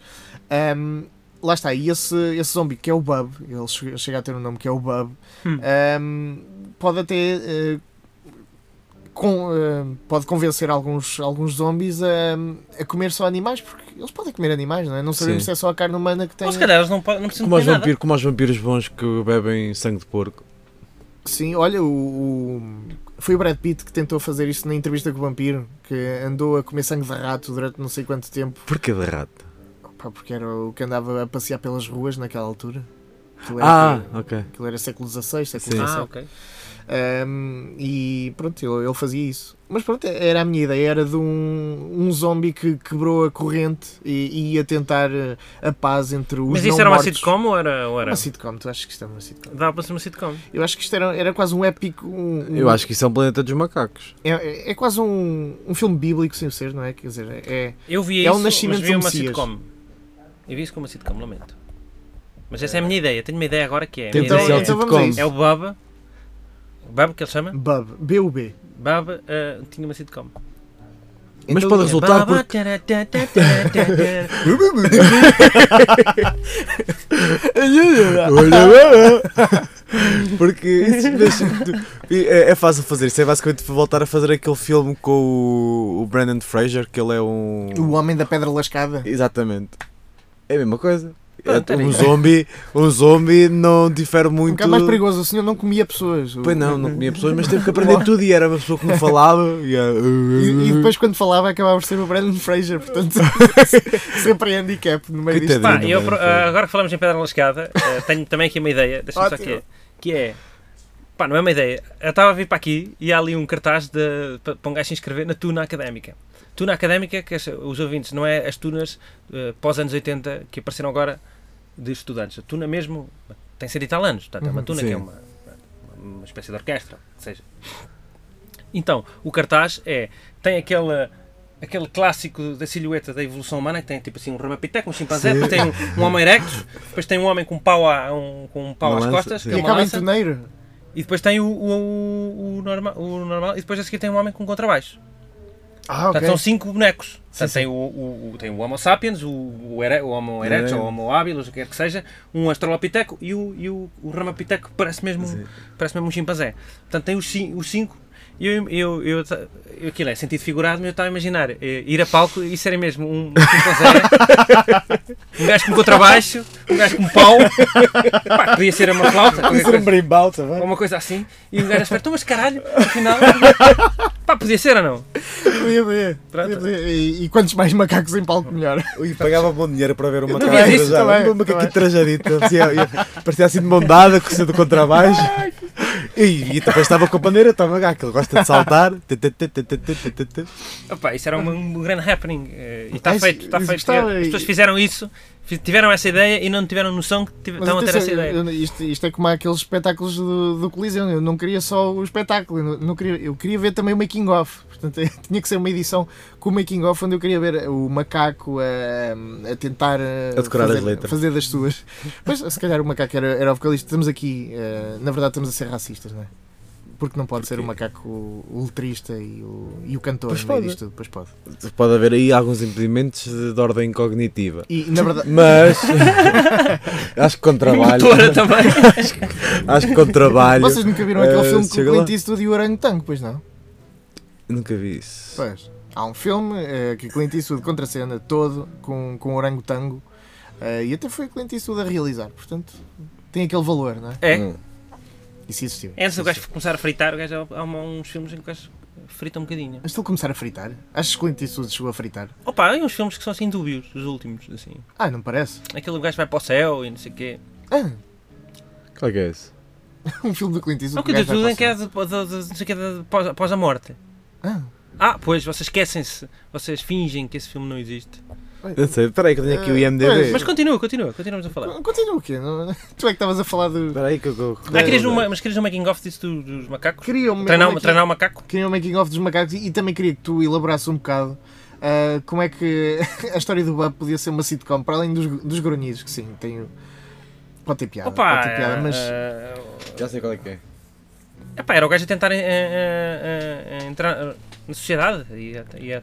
Speaker 3: Ahm, lá está, e esse, esse zombie que é o Bub, ele che- chega a ter um nome que é o Bub,
Speaker 4: Hum.
Speaker 3: ahm, pode até. eh, com- ahm, pode convencer alguns, alguns zombies a, a comer só animais, porque eles podem comer animais, não é? Não sabemos
Speaker 5: Sim.
Speaker 3: se é só a carne humana que tem.
Speaker 4: Ou se calhar eles não, po- não precisam
Speaker 5: Como
Speaker 4: de
Speaker 5: aos,
Speaker 4: comer nada.
Speaker 5: vampiros, como aos vampiros bons que bebem sangue de porco.
Speaker 3: Sim, olha, o, o- foi o Brad Pitt que tentou fazer isso na entrevista com o vampiro, que andou a comer sangue de rato durante não sei quanto tempo.
Speaker 5: Porquê de rato?
Speaker 3: Pá, porque era o que andava a passear pelas ruas naquela altura. Aquilo era,
Speaker 5: Ah, ok.
Speaker 3: aquilo era século XVI, século
Speaker 5: Sim.
Speaker 3: XVII.
Speaker 4: Ah, ok.
Speaker 3: Um, e pronto, ele, ele fazia isso. Mas pronto, era a minha ideia, era de um, um zombie que quebrou a corrente e, e ia tentar eh, a paz entre os
Speaker 4: Mas
Speaker 3: não
Speaker 4: isso era uma
Speaker 3: mortos.
Speaker 4: sitcom ou era. Ou era?
Speaker 3: Uma sitcom, tu achas que isto é uma sitcom?
Speaker 4: Dava para ser uma sitcom.
Speaker 3: Eu acho que isto era, era quase um épico. Um, um-
Speaker 5: Eu acho que isso é um planeta dos macacos.
Speaker 3: é, é quase um, um filme bíblico sem o ser, não é? Quer dizer, é.
Speaker 4: Eu vi
Speaker 3: É o
Speaker 4: isso,
Speaker 3: nascimento
Speaker 4: mas vi
Speaker 3: do
Speaker 4: uma
Speaker 3: Messias.
Speaker 4: sitcom. Eu vi isso como uma sitcom, lamento. Mas essa é a minha ideia, tenho uma ideia agora que é. a minha
Speaker 5: Tenta ser
Speaker 4: ideia
Speaker 5: um
Speaker 3: então vamos a
Speaker 5: sitcom.
Speaker 3: isso.
Speaker 4: é o Baba. O Baba que ele chama?
Speaker 3: Bub, B-U-B.
Speaker 4: Baba ah, tinha uma sitcom.
Speaker 5: Mas
Speaker 3: Então-
Speaker 4: é
Speaker 5: pode resultar
Speaker 4: Baba,
Speaker 5: porque.
Speaker 4: tará, tará, tará, tará.
Speaker 5: Porque isso deixa- tu- e é, é fácil fazer isso. É basicamente voltar a fazer aquele filme com o, o Brandon Fraser, que ele é um.
Speaker 3: O Homem da Pedra Lascada.
Speaker 5: Exatamente. É a mesma coisa. É-
Speaker 4: Pronto, era
Speaker 5: um,
Speaker 4: isso.
Speaker 5: zombie, um zombie não difere
Speaker 3: Um
Speaker 5: muito.
Speaker 3: bocado mais perigoso, o senhor não comia pessoas.
Speaker 5: Pois não, não comia pessoas, mas teve que aprender tudo e era uma pessoa que não falava. E, era- Uhum.
Speaker 3: E, e depois, quando falava, acabava por ser o Brandon Fraser, portanto, sempre handicap no meio disto.
Speaker 5: Coitadinho.
Speaker 4: Pá,
Speaker 5: Não
Speaker 4: eu,
Speaker 5: vai,
Speaker 4: pro-
Speaker 5: não foi.
Speaker 4: ah, agora que falamos em Pedra Lascada, ah, tenho também aqui uma ideia, deixa-me só
Speaker 3: Ótimo.
Speaker 4: aqui. Que é. Pá, não é uma ideia. Eu estava a vir para aqui e há ali um cartaz de, pa- para um gajo se inscrever na Tuna Académica. Tuna Académica, que as- os ouvintes, não é as tunas eh, pós anos 80 que apareceram agora de estudantes. A Tuna mesmo tem ser italianos, portanto é uma
Speaker 3: Uhum,
Speaker 4: Tuna
Speaker 5: sim.
Speaker 4: que é uma, uma espécie de orquestra, que seja. Então, o cartaz é, tem aquela aquele clássico da silhueta da evolução humana que tem tipo assim um ramapiteco, um chimpanzé, depois tem um, um homem erectus, depois tem um homem com um pau, a- um- com um pau
Speaker 5: Uma
Speaker 4: às
Speaker 5: lança,
Speaker 4: costas,
Speaker 5: sim.
Speaker 4: que é
Speaker 3: E
Speaker 4: uma
Speaker 3: acaba em
Speaker 4: lança.
Speaker 3: torneiro.
Speaker 4: E depois tem o, o, o, norma, o normal, e depois a seguir tem um homem com contrabaixo.
Speaker 3: Ah, ok.
Speaker 4: Portanto, são cinco bonecos. Portanto,
Speaker 3: sim.
Speaker 4: tem, o, o, o- tem o Homo sapiens, o, o, ere, o Homo erectus,
Speaker 5: É.
Speaker 4: ou Homo habilis, o que quer que seja, um astrolopiteco e o, e o, o ramapiteco parece mesmo,
Speaker 5: Sim.
Speaker 4: parece mesmo um chimpanzé. Portanto, tem os, cin- os cinco. E Eu, eu, eu, eu- aquilo é sentido figurado, mas eu estava a imaginar eh, ir a palco e serem mesmo um, um chimpanzé, um gajo com contrabaixo, um gajo com pau, pá, podia ser uma flauta, qualquer
Speaker 3: um
Speaker 4: coisa
Speaker 5: brimbal
Speaker 4: ou uma coisa assim, e o gajo espera, então mas caralho, afinal, pá, podia ser ou não?
Speaker 3: Podia, podia.
Speaker 4: Pronto.
Speaker 3: Podia, podia. E, e quantos mais macacos em palco, melhor.
Speaker 5: E pagava bom dinheiro para ver uma
Speaker 4: não
Speaker 5: cara então,
Speaker 4: vi isso
Speaker 5: trajada,
Speaker 3: também,
Speaker 5: um macaquinho
Speaker 3: também.
Speaker 5: trajadito. Parecia, ia- parecia assim de mão dada, com o do contrabaixo. E, e depois estava com a bandeira, estava cá, que ele gosta de saltar. Tê, tê, tê, tê, tê, tê, tê, tê, tê.
Speaker 4: Opá, isso era um, um grande happening, eh, e está
Speaker 3: É, Mas
Speaker 4: feito, está
Speaker 3: eu
Speaker 4: feito.
Speaker 3: gostava
Speaker 4: As
Speaker 3: e-
Speaker 4: pessoas fizeram isso, fi- tiveram essa ideia e não tiveram noção que tive-
Speaker 3: Mas
Speaker 4: estavam a ter Então, essa
Speaker 3: atenção,
Speaker 4: ideia.
Speaker 3: eu- eu- isto, isto é como aqueles espetáculos do, do Coliseu. Eu não queria só o espetáculo, eu não, não queria, eu queria ver também o making off. Portanto, tinha que ser uma edição com o making off onde eu queria ver o macaco a, a tentar eh,
Speaker 5: A decorar as
Speaker 3: fazer,
Speaker 5: letras.
Speaker 3: fazer das suas. Mas se calhar o macaco era, era o vocalista. Estamos aqui, eh, na verdade, estamos a ser racistas, não é? Porque não pode ser o macaco o letrista e o, e o cantor
Speaker 5: Pois
Speaker 3: no meio
Speaker 5: pode.
Speaker 3: disto tudo, pois pode.
Speaker 5: Pode haver aí alguns impedimentos de, de ordem cognitiva.
Speaker 3: E na verdade,
Speaker 5: Mas acho que com trabalho.
Speaker 4: Motora também.
Speaker 5: Acho que com trabalho.
Speaker 3: vocês nunca viram aquele
Speaker 5: eh,
Speaker 3: filme com o
Speaker 5: chega lá.
Speaker 3: Clint Eastwood e o Orangotango, pois não?
Speaker 5: Nunca vi isso.
Speaker 3: Pois. Há um filme eh, que Clint Eastwood contracena todo com, com um orangotango eh, e até foi Clint Eastwood a realizar, portanto tem aquele valor, não é?
Speaker 4: É,
Speaker 5: Hum.
Speaker 3: Isso existiu.
Speaker 4: antes do gajo começar a fritar, o gajo, há há uns filmes em que o gajo frita um bocadinho.
Speaker 3: Mas ele começar a fritar? Achas que Clint Eastwood chegou a fritar?
Speaker 4: Opa, há uns filmes que são assim dúbios, os últimos, assim.
Speaker 3: Ah, não parece?
Speaker 4: Aquele gajo vai para o céu e não sei o quê.
Speaker 3: Ah,
Speaker 5: Qual que é esse?
Speaker 3: um filme do Clint
Speaker 4: Não,
Speaker 3: Eastwood.
Speaker 4: que
Speaker 3: o gajo vai
Speaker 4: tudo em que
Speaker 3: para
Speaker 4: é
Speaker 3: o
Speaker 4: de, de- de- não sei o quê, de- de- pós- após a morte.
Speaker 3: céu.
Speaker 4: Ah, pois, vocês esquecem-se. Vocês fingem que esse filme não existe.
Speaker 5: Não sei, espera aí que eu tenho aqui o
Speaker 3: Eh,
Speaker 5: IMDB.
Speaker 3: pois,
Speaker 4: Mas continua, continua, continuamos a falar.
Speaker 3: Ah, continua o quê? Não- Tu é que estavas a falar do.
Speaker 5: Espera aí que eu- que eu.
Speaker 4: Ah, querias uma, mas querias um making-off disso do- dos macacos?
Speaker 3: Queria um
Speaker 4: Treinar,
Speaker 3: making-
Speaker 4: treinar o macaco?
Speaker 3: Queria o making of dos macacos e, e também queria que tu elaborasses um bocado ah, como é que a história do Bob podia ser uma sitcom, para além dos, dos grunhidos, que sim, tem o- Pode ter piada,
Speaker 4: Opa,
Speaker 3: pode ter piada, mas
Speaker 4: eh,
Speaker 5: Já sei qual é que é.
Speaker 4: epá, era o gajo a tentar eh, eh, eh, entrar eh, na sociedade e a, e a-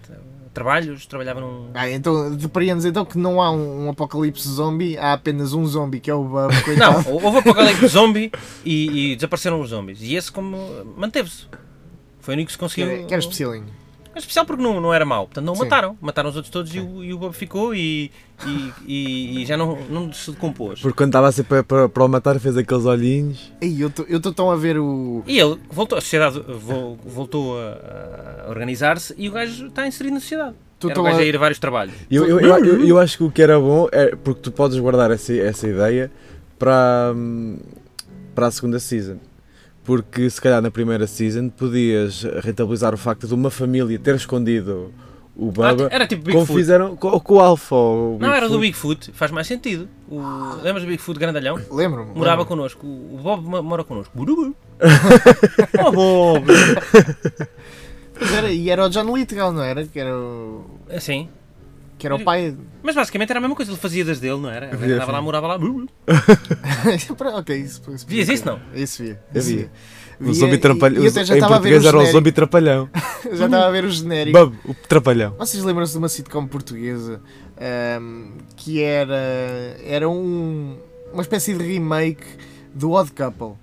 Speaker 4: trabalhos, trabalhava num...
Speaker 3: Ah, então deparemos então que não há um, um apocalipse zombie, há apenas um zombie que é o Bub,
Speaker 4: Não,
Speaker 3: coitado.
Speaker 4: houve apocalipse zombie e, e desapareceram os zombies. E esse como eh, manteve-se. Foi o único que se
Speaker 3: Que,
Speaker 4: conseguiu...
Speaker 3: era- que era especialinho.
Speaker 4: É especial porque não, não era mau, portanto não o
Speaker 3: Sim.
Speaker 4: mataram. Mataram os outros todos e o, e o Bob ficou e, e, e- e já não, não se decompôs.
Speaker 5: Porque quando estava a ser para, para, para o matar fez aqueles olhinhos.
Speaker 3: Ei, eu estou tão a ver o.
Speaker 4: E ele voltou, a sociedade vo- voltou a, a organizar-se e o gajo está inserido na sociedade.
Speaker 3: Tô-
Speaker 4: Era o
Speaker 3: tô
Speaker 4: gajo
Speaker 3: a-
Speaker 4: a ir a vários trabalhos.
Speaker 5: Eu, eu, eu, eu- eu acho que o que era bom é porque tu podes guardar essa, essa ideia para, hum, para a segunda season. Porque se calhar na primeira season podias rentabilizar o facto de uma família ter escondido o Bubba.
Speaker 4: Ah, era tipo
Speaker 5: como
Speaker 4: Bigfoot.
Speaker 5: fizeram co- com o Alpha. ou o
Speaker 4: Não, era do
Speaker 5: Bigfoot.
Speaker 4: Bigfoot, faz mais sentido. O... Lembras do Bigfoot grandalhão?
Speaker 3: Lembro-me.
Speaker 4: Morava
Speaker 3: lembro-me.
Speaker 4: connosco. O o Bob ma- mora connosco. oh,
Speaker 5: Oh,
Speaker 4: Bob!
Speaker 3: Pois era, e era o John Lithgow, não era? Que era o,
Speaker 4: Assim.
Speaker 3: que era o pai.
Speaker 4: Mas basicamente era a mesma coisa, ele fazia das dele, não era? Ele
Speaker 5: Havia,
Speaker 4: Andava lá,
Speaker 5: sim.
Speaker 4: morava lá.
Speaker 3: ok, isso. isso
Speaker 4: Vias isso, não?
Speaker 3: Isso via.
Speaker 5: Eu
Speaker 3: isso
Speaker 5: via.
Speaker 3: via.
Speaker 5: O
Speaker 3: Via
Speaker 5: zombi
Speaker 3: e-
Speaker 5: trapalhão.
Speaker 3: e até já
Speaker 5: Em
Speaker 3: estava a ver o
Speaker 5: português era o
Speaker 3: genérico.
Speaker 5: zombi trapalhão.
Speaker 3: Eu já estava a ver o genérico.
Speaker 5: Bub, o trapalhão.
Speaker 3: Vocês lembram-se de uma sitcom portuguesa ahm, que era, era um- uma espécie de remake do Odd Couple.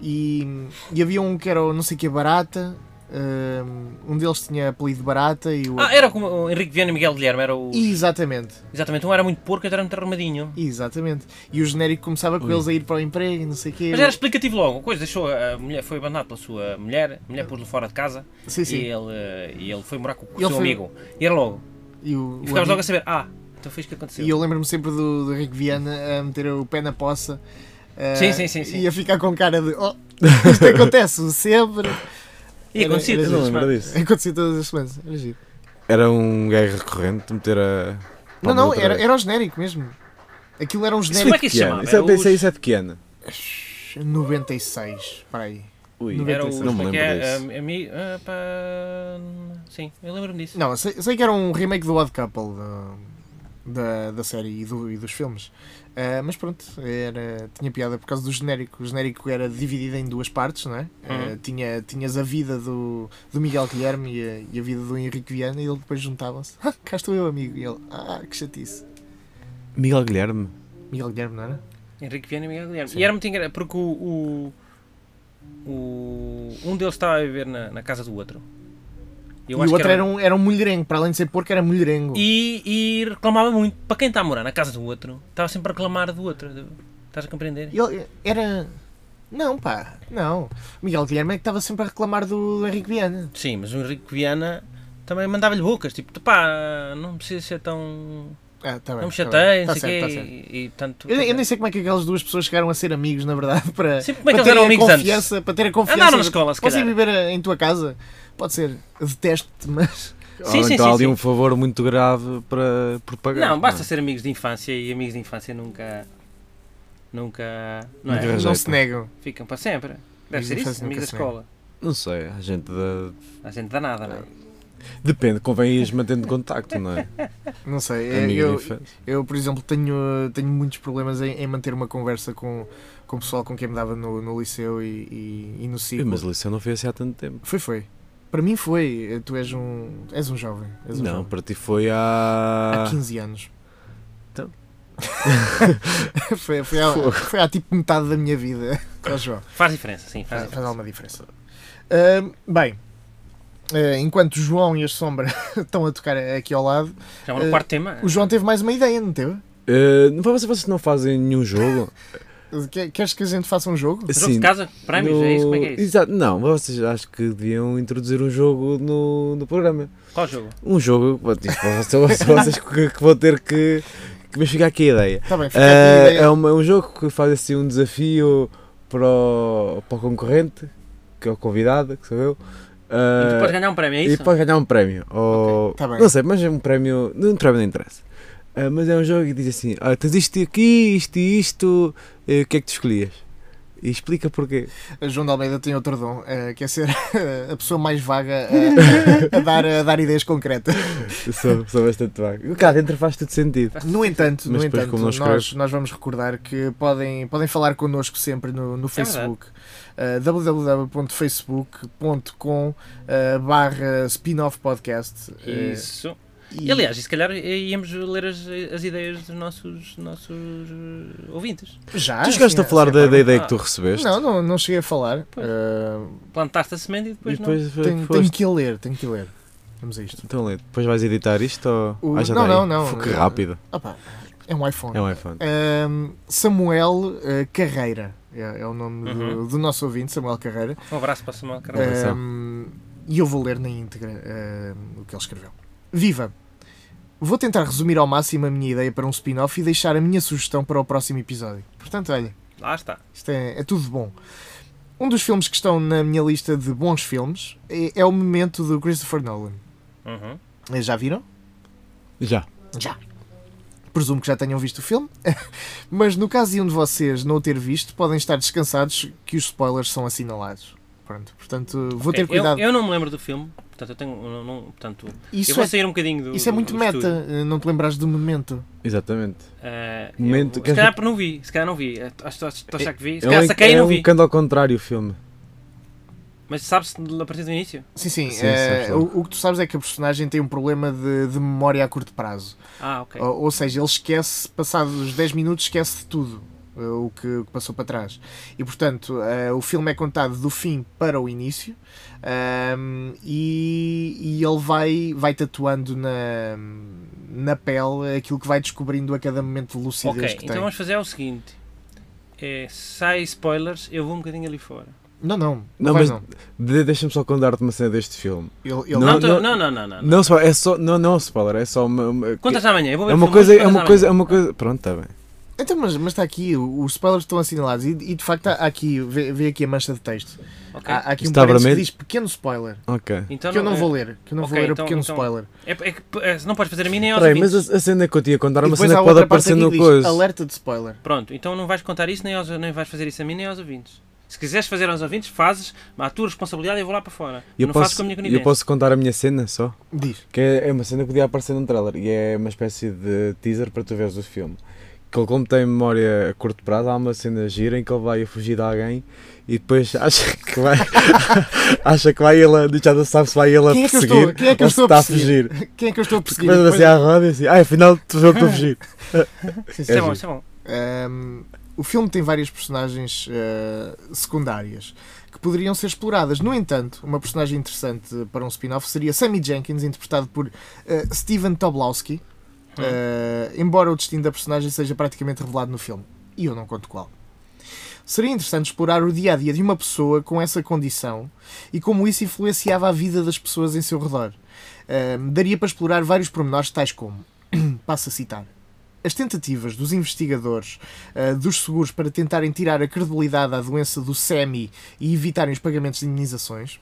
Speaker 3: E, e havia um que era o não sei o que Barata, ahm, um deles tinha apelido Barata e o outro...
Speaker 4: Ah, era como o Henrique Viana e Miguel Guilherme, era o.
Speaker 3: Exatamente,
Speaker 4: Exatamente, um era muito porco e outro era muito arrumadinho.
Speaker 3: exatamente. E o genérico começava com
Speaker 5: Ui.
Speaker 3: eles a ir para o emprego e não sei o quê.
Speaker 4: Mas era explicativo logo, a coisa deixou a a mulher, foi abandonado pela sua mulher, a mulher pôs-lhe fora de casa
Speaker 3: Sim,
Speaker 4: e
Speaker 3: sim.
Speaker 4: ele, eh, e ele foi morar com o
Speaker 3: Ele
Speaker 4: seu
Speaker 3: foi-
Speaker 4: amigo. E era logo.
Speaker 3: E, o,
Speaker 4: E
Speaker 3: o
Speaker 4: ficámos
Speaker 3: amigo-
Speaker 4: logo a saber, ah, então foi isso que aconteceu.
Speaker 3: E eu lembro-me sempre do, do Rick Viana a meter o pé na poça. eh,
Speaker 4: Sim, sim, sim, sim.
Speaker 3: E a ficar com cara de. Oh, isto acontece sempre.
Speaker 4: E acontecia
Speaker 3: Era- era
Speaker 4: todas
Speaker 5: Eu não
Speaker 4: as
Speaker 5: lembro
Speaker 4: semanas.
Speaker 5: disso.
Speaker 3: Acontecia todas as semanas. Era giro.
Speaker 5: Era um guerra recorrente meter a.
Speaker 3: Não,
Speaker 5: palmas
Speaker 3: não,
Speaker 5: outra
Speaker 3: era,
Speaker 5: vez.
Speaker 3: era o genérico mesmo. Aquilo era um
Speaker 4: Como é
Speaker 3: genérico.
Speaker 4: que isso é se
Speaker 5: Que ano?
Speaker 4: chamava?
Speaker 5: Isso é,
Speaker 4: Era os-
Speaker 5: isso é- isso é de que ano?
Speaker 3: 96, para aí.
Speaker 5: Ui,
Speaker 3: Não
Speaker 4: Era o.
Speaker 5: não me
Speaker 4: Como é
Speaker 5: lembro
Speaker 4: que é?
Speaker 5: disso.
Speaker 4: Ah, ami- ah, pá, Sim, eu lembro-me disso.
Speaker 3: Não, eu sei, eu sei que era um remake do Odd Couple da, da, da série e, do- e dos filmes. Ah, mas pronto, era, tinha piada por causa do genérico. O genérico era dividido em duas partes, não é? Ah,
Speaker 4: Uhum.
Speaker 3: tinha, tinhas a vida do, do Miguel Guilherme e a, e a vida do Henrique Viana e eles depois juntavam-se. Ah, cá estou eu, amigo. E ele, ah, que chatice.
Speaker 5: Miguel Guilherme.
Speaker 3: Miguel Guilherme, não era?
Speaker 4: Henrique Viana e Miguel Guilherme. E era muito engraçado, porque o, o, o- Um deles estava a viver na, na casa do outro.
Speaker 3: E
Speaker 4: Eu
Speaker 3: o
Speaker 4: acho que
Speaker 3: outro era um, era um mulherengo, para além de ser porco, era mulherengo.
Speaker 4: E, e reclamava muito. Para quem está a morar na casa do outro, estava sempre a reclamar do outro. Estás a compreender?
Speaker 3: Ele era. Não, pá, não. O Miguel Guilherme é que estava sempre a reclamar do Henrique Viana.
Speaker 4: Sim, mas o Henrique Viana também mandava-lhe bocas. Tipo, pá, não precisa ser tão.
Speaker 3: Ah, tá bem.
Speaker 4: Não me
Speaker 3: tá bem.
Speaker 4: chateia,
Speaker 3: Tá
Speaker 4: não sei
Speaker 3: certo,
Speaker 4: o
Speaker 3: tá
Speaker 4: quê.
Speaker 3: certo.
Speaker 4: e, e, portanto,
Speaker 3: Eu, eu nem sei como é que aquelas duas pessoas chegaram a ser amigos, na verdade, para,
Speaker 4: Sim, como é
Speaker 3: para
Speaker 4: que eles
Speaker 3: terem
Speaker 4: eram
Speaker 3: a
Speaker 4: amigos antes?
Speaker 3: confiança, para terem a confiança.
Speaker 4: Andaram na escola, se
Speaker 3: Posso ir
Speaker 4: calhar.
Speaker 3: viver a- em tua casa? Pode ser. Detesto-te, mas.
Speaker 4: Sim,
Speaker 5: Ou
Speaker 4: sim,
Speaker 5: então
Speaker 4: sim,
Speaker 5: há ali
Speaker 4: sim.
Speaker 5: um favor muito grave para propagar.
Speaker 4: Não, basta ser amigos de infância e amigos de infância nunca. Nunca. Não
Speaker 5: Nunca
Speaker 4: é?
Speaker 5: arranjaram.
Speaker 3: Não
Speaker 5: rejeita.
Speaker 3: se negam.
Speaker 4: Ficam para sempre. Deve
Speaker 3: Amigos de
Speaker 4: ser
Speaker 3: infância
Speaker 4: isso, amigos da
Speaker 3: nunca se negam.
Speaker 4: escola.
Speaker 5: Não sei, a gente da-
Speaker 4: A gente dá nada, não é?
Speaker 5: Depende, convém ires mantendo contacto, não é?
Speaker 3: Não sei. é-
Speaker 5: Amigo de
Speaker 3: Eu,
Speaker 5: infância.
Speaker 3: eu, por exemplo, tenho, tenho muitos problemas em, em manter uma conversa com, com o pessoal com quem me dava no, no liceu e, e- e no
Speaker 5: Ui,
Speaker 3: ciclo.
Speaker 5: Mas a lição não foi assim há tanto tempo.
Speaker 3: Foi, foi. Para mim foi. Tu és um. És um jovem. És um
Speaker 5: Não,
Speaker 3: jovem.
Speaker 5: para ti foi há.
Speaker 3: Há 15 anos.
Speaker 5: Então.
Speaker 3: foi, foi, há, foi há tipo metade da minha vida. Ó, João,
Speaker 4: Faz diferença, sim,
Speaker 3: faz,
Speaker 4: faz
Speaker 3: faz
Speaker 4: diferença.
Speaker 3: alguma diferença. Ahm, bem, ah, enquanto o João e a Sombra estão a tocar aqui ao lado,
Speaker 4: Já vou no
Speaker 3: Eh,
Speaker 4: quarto tema.
Speaker 3: o João teve mais uma ideia, não teve?
Speaker 5: Eh, não vocês, vocês não fazem nenhum jogo? Assim,
Speaker 3: Que- Queres que a gente faça um jogo?
Speaker 4: Jogo de casa, prémios, é isso? Como é que é isso?
Speaker 5: Exato, não, vocês acho que deviam introduzir um jogo no, no programa.
Speaker 4: Qual jogo?
Speaker 5: Um jogo, pronto, isto para vocês, para vocês que, que vão ter que. que me chegar aqui a ideia.
Speaker 3: Está Tá bem, fica aqui a
Speaker 5: Eh,
Speaker 3: ideia.
Speaker 5: é uma- um jogo que faz assim um desafio para o, para o concorrente, que é o convidado, que sou eu.
Speaker 4: E
Speaker 5: eh,
Speaker 4: tu podes ganhar um prémio, é
Speaker 5: E
Speaker 4: isso?
Speaker 5: pode ganhar um prémio. Ou...
Speaker 3: tá bem.
Speaker 5: Não sei, mas é um prémio. Não, um prémio não interessa. Ah, mas é um jogo que diz assim: ah, tens isto aqui, isto e isto, eh, o que é que tu escolhias? E explica porquê.
Speaker 3: A João de Almeida tem outro dom, eh, que é ser a pessoa mais vaga a, a- a dar, a dar ideias concretas.
Speaker 5: Eu sou, sou bastante vago. Cá dentro faz tudo sentido.
Speaker 3: No entanto,
Speaker 5: Mas
Speaker 3: no
Speaker 5: depois, é-
Speaker 3: entanto
Speaker 5: como não escreve-
Speaker 3: nós, nós vamos recordar que podem, podem falar connosco sempre no,
Speaker 5: É
Speaker 3: no Facebook. Uh, www.facebook.com uh, barra spin-off podcast. Uh,
Speaker 4: Isso.
Speaker 3: e-
Speaker 4: E, aliás, e se calhar i- íamos ler as, as ideias dos nossos, nossos eh, ouvintes.
Speaker 3: já.
Speaker 5: tu chegaste
Speaker 3: sim, é
Speaker 5: a falar
Speaker 3: sim,
Speaker 5: da,
Speaker 3: claro.
Speaker 5: da ideia
Speaker 4: Ah.
Speaker 5: que tu recebeste?
Speaker 3: Não, não, não cheguei a falar.
Speaker 4: Pois.
Speaker 3: Uh,
Speaker 4: Plantaste a semente e
Speaker 5: E
Speaker 4: depois,
Speaker 5: depois foi-
Speaker 3: tenho,
Speaker 5: é foste-
Speaker 3: tenho que a ler, tenho que a ler. Vamos a isto.
Speaker 5: Então, Lê, depois vais editar isto ou.
Speaker 3: O-
Speaker 5: Ah, já
Speaker 3: não,
Speaker 5: está aí.
Speaker 3: não, não.
Speaker 5: Pô, Que rápido.
Speaker 3: Opa, é um iPhone.
Speaker 5: É um iPhone.
Speaker 3: Um, Samuel uh, Carreira é, é o nome do-
Speaker 4: Uhum.
Speaker 3: do nosso ouvinte, Samuel Carreira.
Speaker 4: não. Um abraço para o Samuel Carvalho.
Speaker 5: Abração.
Speaker 3: Ahm, E eu vou ler na íntegra ahm, o que ele escreveu. Viva! Vou tentar resumir ao máximo a minha ideia para um spin-off e deixar a minha sugestão para o próximo episódio. Portanto, olha,
Speaker 4: Lá está.
Speaker 3: isto é, é tudo bom. Um dos filmes que estão na minha lista de bons filmes é, é o Momento do Christopher Nolan.
Speaker 4: Uhum.
Speaker 3: Eh, Já viram?
Speaker 5: Já.
Speaker 3: Presumo que já tenham visto o filme, mas no caso de um de vocês não o ter visto, podem estar descansados que os spoilers são assinalados. Pronto, portanto, vou ter
Speaker 4: Ok,
Speaker 3: cuidado.
Speaker 4: É, Eu, eu não me lembro do filme, portanto eu tenho. eu Não, não- portanto, eu
Speaker 3: isso,
Speaker 4: vou
Speaker 3: é,
Speaker 4: sair um bocadinho do.
Speaker 3: isso é muito
Speaker 4: do
Speaker 3: meta,
Speaker 4: estúdio.
Speaker 3: eh, não te lembrares do momento.
Speaker 5: Exatamente.
Speaker 4: Ah, eu-
Speaker 5: Momento,
Speaker 4: se
Speaker 5: queres-
Speaker 4: calhar não vi, se calhar não vi. Acho acho- estou a achar que vi. Se
Speaker 5: é
Speaker 4: calhar
Speaker 5: um-
Speaker 4: saquei e
Speaker 5: é
Speaker 4: não
Speaker 5: um
Speaker 4: vi.
Speaker 5: bocado ao contrário o filme.
Speaker 4: Mas sabe-se a partir do início?
Speaker 3: Sim, sim,
Speaker 5: Sim,
Speaker 3: eh,
Speaker 5: sim, sim.
Speaker 3: o, o que tu sabes é que a personagem tem um problema de, de memória a curto prazo.
Speaker 4: Ah, ok.
Speaker 3: Ou, ou seja, ele esquece, passados os 10 minutos, esquece de tudo eh, o que, o que passou para trás. E portanto, eh, o filme é contado do fim para o início ahm, e, e ele vai, vai tatuando na, na pele aquilo que vai descobrindo a cada momento de lucidez
Speaker 4: ok,
Speaker 3: que
Speaker 4: então
Speaker 3: tem.
Speaker 4: vamos fazer o seguinte: É, sai spoilers, eu vou um bocadinho ali fora.
Speaker 3: Não, não, não,
Speaker 5: Não,
Speaker 3: vai,
Speaker 5: mas
Speaker 3: não.
Speaker 5: de- deixa-me só contar-te uma cena deste filme.
Speaker 3: Ele, ele-
Speaker 5: Não,
Speaker 4: Não,
Speaker 5: não,
Speaker 4: tô- não, não, não. Ah, não, não.
Speaker 5: Não, só, é só, não, não é um spoiler, é só uma. uma-
Speaker 4: Contas amanhã, eu vou ver
Speaker 5: é
Speaker 4: o
Speaker 5: uma
Speaker 4: filme,
Speaker 5: coisa, é
Speaker 4: contas
Speaker 5: uma
Speaker 4: amanhã.
Speaker 5: coisa, é uma coisa. Pronto, está bem.
Speaker 3: Então, mas, mas está aqui, o- os spoilers estão assinalados e, e de facto há aqui, vê, vê aqui a mancha de texto.
Speaker 4: Ok.
Speaker 3: Há, há aqui um
Speaker 5: Está
Speaker 3: parênteses que
Speaker 5: vermelho?
Speaker 3: diz pequeno spoiler,
Speaker 5: Ok.
Speaker 4: Então,
Speaker 3: que eu não
Speaker 4: é-
Speaker 3: vou ler, que eu não
Speaker 4: ok,
Speaker 3: vou ler
Speaker 4: então-
Speaker 3: o pequeno
Speaker 4: então-
Speaker 3: spoiler.
Speaker 4: É, é que é, não podes fazer a mim nem aos
Speaker 5: Peraí,
Speaker 4: ouvintes.
Speaker 5: mas a, a cena que eu tinha a contar é
Speaker 3: E
Speaker 5: uma
Speaker 3: depois
Speaker 5: cena
Speaker 3: há
Speaker 5: que pode
Speaker 3: outra parte aqui
Speaker 5: aparecer no
Speaker 3: que diz,
Speaker 5: coisa.
Speaker 3: Alerta de spoiler.
Speaker 4: Pronto, então não vais contar isso nem, aos, nem vais fazer isso a mim nem aos ouvintes. Se quiseres fazer aos ouvintes, fazes, mas a tua responsabilidade eu vou lá para fora.
Speaker 5: Eu
Speaker 4: não faço
Speaker 5: posso,
Speaker 4: com a minha
Speaker 5: eu
Speaker 4: conivência.
Speaker 5: posso contar a minha cena só?
Speaker 3: Diz.
Speaker 5: Que é é uma cena que podia aparecer num trailer e é uma espécie de teaser para tu veres o filme. Que ele, como tem memória a curto prazo, há uma cena gira em que ele vai a fugir de alguém e depois acha que vai. acha que vai ele. a- Já não sabe se vai ele a
Speaker 3: Quem é que eu
Speaker 5: perseguir.
Speaker 3: estou- quem é que eu
Speaker 5: ou
Speaker 3: estou
Speaker 5: se
Speaker 3: a
Speaker 5: está a fugir.
Speaker 3: Quem é que eu estou a
Speaker 5: Porque
Speaker 3: perseguir?
Speaker 5: começa assim
Speaker 3: Depois-
Speaker 5: à roda e assim, ah, afinal tu vês que estou a fugir.
Speaker 4: Isso é,
Speaker 5: É
Speaker 4: bom,
Speaker 5: giro.
Speaker 4: isso é bom.
Speaker 3: Ahm, o filme tem várias personagens ah, secundárias que poderiam ser exploradas. No entanto, uma personagem interessante para um spin-off seria Sammy Jenkins, interpretado por ah, Steven Tobolowsky, ah, embora o destino da personagem seja praticamente revelado no filme. E eu não conto qual. Seria interessante explorar o dia a dia de uma pessoa com essa condição e como isso influenciava a vida das pessoas em seu redor. Ahm, daria para explorar vários pormenores, tais como: passo a citar. As tentativas dos investigadores ah, dos seguros para tentarem tirar a credibilidade à doença do SEMI e evitarem os pagamentos de indenizações,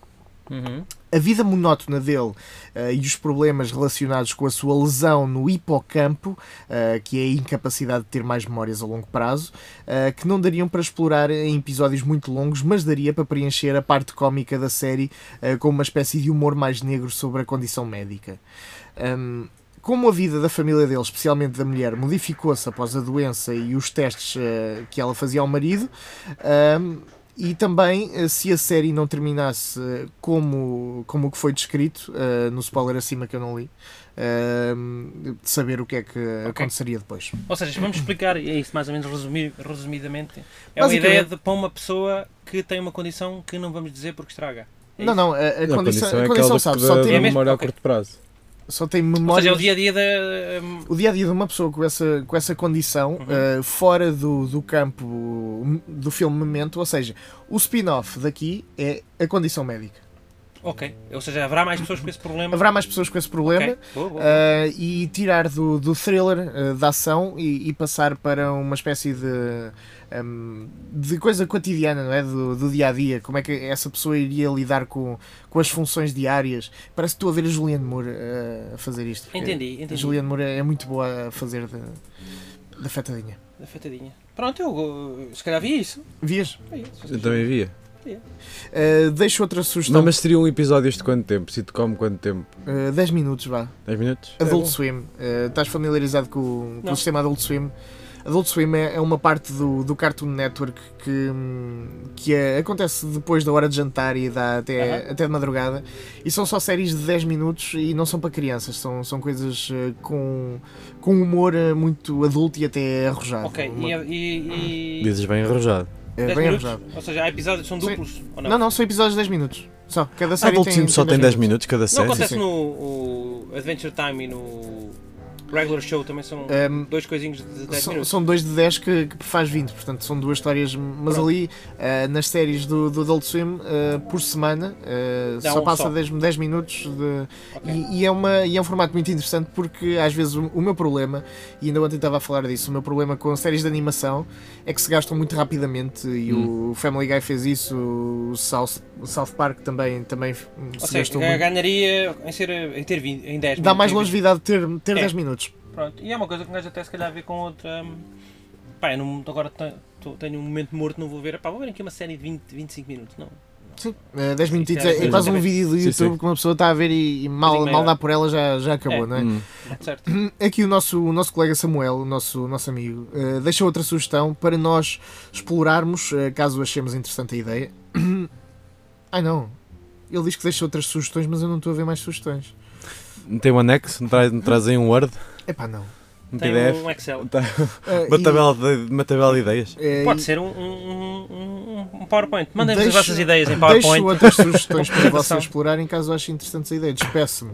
Speaker 4: Uhum.
Speaker 3: a vida monótona dele ah, e os problemas relacionados com a sua lesão no hipocampo, ah, que é a incapacidade de ter mais memórias a longo prazo, ah, que não dariam para explorar em episódios muito longos, mas daria para preencher a parte cómica da série ah, com uma espécie de humor mais negro sobre a condição médica. Ahm, como a vida da família dele, especialmente da mulher, modificou-se após a doença e os testes eh, que ela fazia ao marido, ahm, e também eh, se a série não terminasse eh, como, como o que foi descrito eh, no spoiler acima que eu não li, ahm, de saber o que é que aconteceria depois.
Speaker 4: Ou seja, vamos explicar, e é isso mais ou menos resumir, resumidamente. É uma
Speaker 3: Basicamente-
Speaker 4: ideia de, para uma pessoa que tem uma condição que não vamos dizer porque estraga. É
Speaker 3: não,
Speaker 4: isso?
Speaker 3: não, a, a
Speaker 5: Não,
Speaker 3: condição, a
Speaker 5: é aquela
Speaker 3: condição
Speaker 5: de-
Speaker 3: um sabe,
Speaker 5: da-
Speaker 3: só
Speaker 5: da
Speaker 4: É
Speaker 3: tem,
Speaker 4: mesmo?
Speaker 5: memória a
Speaker 4: Ok.
Speaker 5: curto prazo.
Speaker 3: só tem
Speaker 4: Ou seja, é o
Speaker 3: memórias.
Speaker 4: dia a dia da. hum,
Speaker 3: o dia a dia de uma pessoa com essa, com essa condição
Speaker 4: Uhum.
Speaker 3: eh, fora do, do campo hum, do filme Memento, ou seja, o spin-off daqui é a condição médica.
Speaker 4: ok. Ou seja, haverá mais pessoas com esse problema.
Speaker 3: Haverá mais pessoas com esse problema
Speaker 4: Ok. Boa, boa.
Speaker 3: eh, e tirar do, do thriller eh, da ação e, e passar para uma espécie de, hum, de coisa cotidiana, não é? Do, do dia a dia. Como é que essa pessoa iria lidar com, com as funções diárias? Parece que estou a ver a Julianne Moore eh, a fazer isto. porque
Speaker 4: entendi,
Speaker 3: A
Speaker 4: entendi.
Speaker 3: Julianne Moore é muito boa a fazer da, da fetadinha.
Speaker 4: Afetadinha. Pronto, eu uh, se calhar vi isso.
Speaker 3: Vias?
Speaker 4: É isso.
Speaker 5: Eu também via.
Speaker 3: Uh, deixo outra sugestão.
Speaker 5: Não, mas seria um episódio de quanto tempo? Sitcom quanto tempo?
Speaker 3: Uh, 10 minutos, vá.
Speaker 5: 10 minutos?
Speaker 3: Adult Swim. Uh, estás familiarizado com, com
Speaker 4: É Não.
Speaker 3: o sistema Adult Swim? Adult Swim é, é uma parte do, do Cartoon Network que, hum, que é- acontece depois da hora de jantar e dá até, até de madrugada. E são só séries de 10 minutos e não são para crianças, são, são coisas uh, com, com humor uh, muito adulto e até arrojado.
Speaker 4: Ok,
Speaker 3: Uma-
Speaker 4: e. e, e...
Speaker 5: Dizes bem arrojado.
Speaker 3: é
Speaker 4: 10
Speaker 3: bem
Speaker 4: minutos?
Speaker 3: arrojado.
Speaker 4: Ou seja, há episódios, são
Speaker 3: Sim.
Speaker 4: duplos. Ou não?
Speaker 3: Não, não, são episódios de 10 minutos. Só, cada
Speaker 5: A
Speaker 3: série
Speaker 5: Adult
Speaker 3: tem,
Speaker 5: Swim só tem 10 minutos cada
Speaker 4: Não
Speaker 5: série?
Speaker 4: acontece
Speaker 3: sim.
Speaker 4: no o Adventure Time e no Regular Show também são
Speaker 3: Um,
Speaker 4: dois coisinhos de 10
Speaker 3: São,
Speaker 4: minutos.
Speaker 3: são dois de 10 que, que faz 20, portanto são duas histórias, mas
Speaker 4: Pronto.
Speaker 3: ali eh, nas séries do, do Adult Swim, eh, por semana, eh,
Speaker 4: Dá
Speaker 3: só
Speaker 4: um
Speaker 3: passa
Speaker 4: só.
Speaker 3: 10, 10 minutos de-
Speaker 4: Ok.
Speaker 3: e, e é uma, e é um formato muito interessante porque às vezes o, o meu problema, e ainda ontem estava a falar disso, o meu problema com séries de animação é que se gastam muito rapidamente e
Speaker 4: Hum.
Speaker 3: o Family Guy fez isso, o South, o South Park também, também hum,
Speaker 4: Ou
Speaker 3: se
Speaker 4: seja, é
Speaker 3: gastou
Speaker 4: ga-
Speaker 3: muito.
Speaker 4: ganharia em, ser, em ter 20, em 10
Speaker 3: Dá mais
Speaker 4: minutos, em 20.
Speaker 3: longevidade ter, ter
Speaker 4: É.
Speaker 3: 10 minutos.
Speaker 4: Pronto, e é uma coisa que um gajo até se calhar vê com outra. hum, Pá, eu não, agora te- tô- tenho um momento morto, não vou ver. Pá, vou ver aqui uma série de 20, 25 minutos. Não.
Speaker 3: Sim, 10 minutitos
Speaker 4: Sim,
Speaker 3: é, é quase um
Speaker 4: exatamente.
Speaker 3: vídeo do
Speaker 5: Sim,
Speaker 3: YouTube
Speaker 5: sim.
Speaker 3: que uma pessoa está a ver e, e mal,
Speaker 4: Bocadinho
Speaker 3: mal dá
Speaker 4: maior.
Speaker 3: por ela já, já acabou,
Speaker 4: É.
Speaker 3: não é?
Speaker 5: Hum.
Speaker 4: Certo?
Speaker 3: Aqui o nosso, o nosso colega Samuel, o nosso, nosso amigo, eh, deixa outra sugestão para nós explorarmos, eh, caso achemos interessante a ideia. Ai não, ele diz que deixa outras sugestões, mas eu não estou a ver mais sugestões.
Speaker 5: Não tem um anexo? Não, traz, não trazem um Word?
Speaker 3: Epá, não.
Speaker 5: Um
Speaker 4: Tem
Speaker 5: PDF?
Speaker 4: um Excel.
Speaker 5: Tá.
Speaker 3: Eh,
Speaker 5: Uma,
Speaker 3: e-
Speaker 5: tabela de, uma tabela de ideias?
Speaker 3: eh,
Speaker 4: Pode
Speaker 3: e
Speaker 4: ser um, um- um- um PowerPoint. Mandem-nos as
Speaker 3: deixo-
Speaker 4: vossas ideias em
Speaker 3: Deixo
Speaker 4: PowerPoint.
Speaker 3: outras sugestões para
Speaker 4: Apresentação.
Speaker 3: vocês explorarem caso achem interessantes a ideia. Despeço-me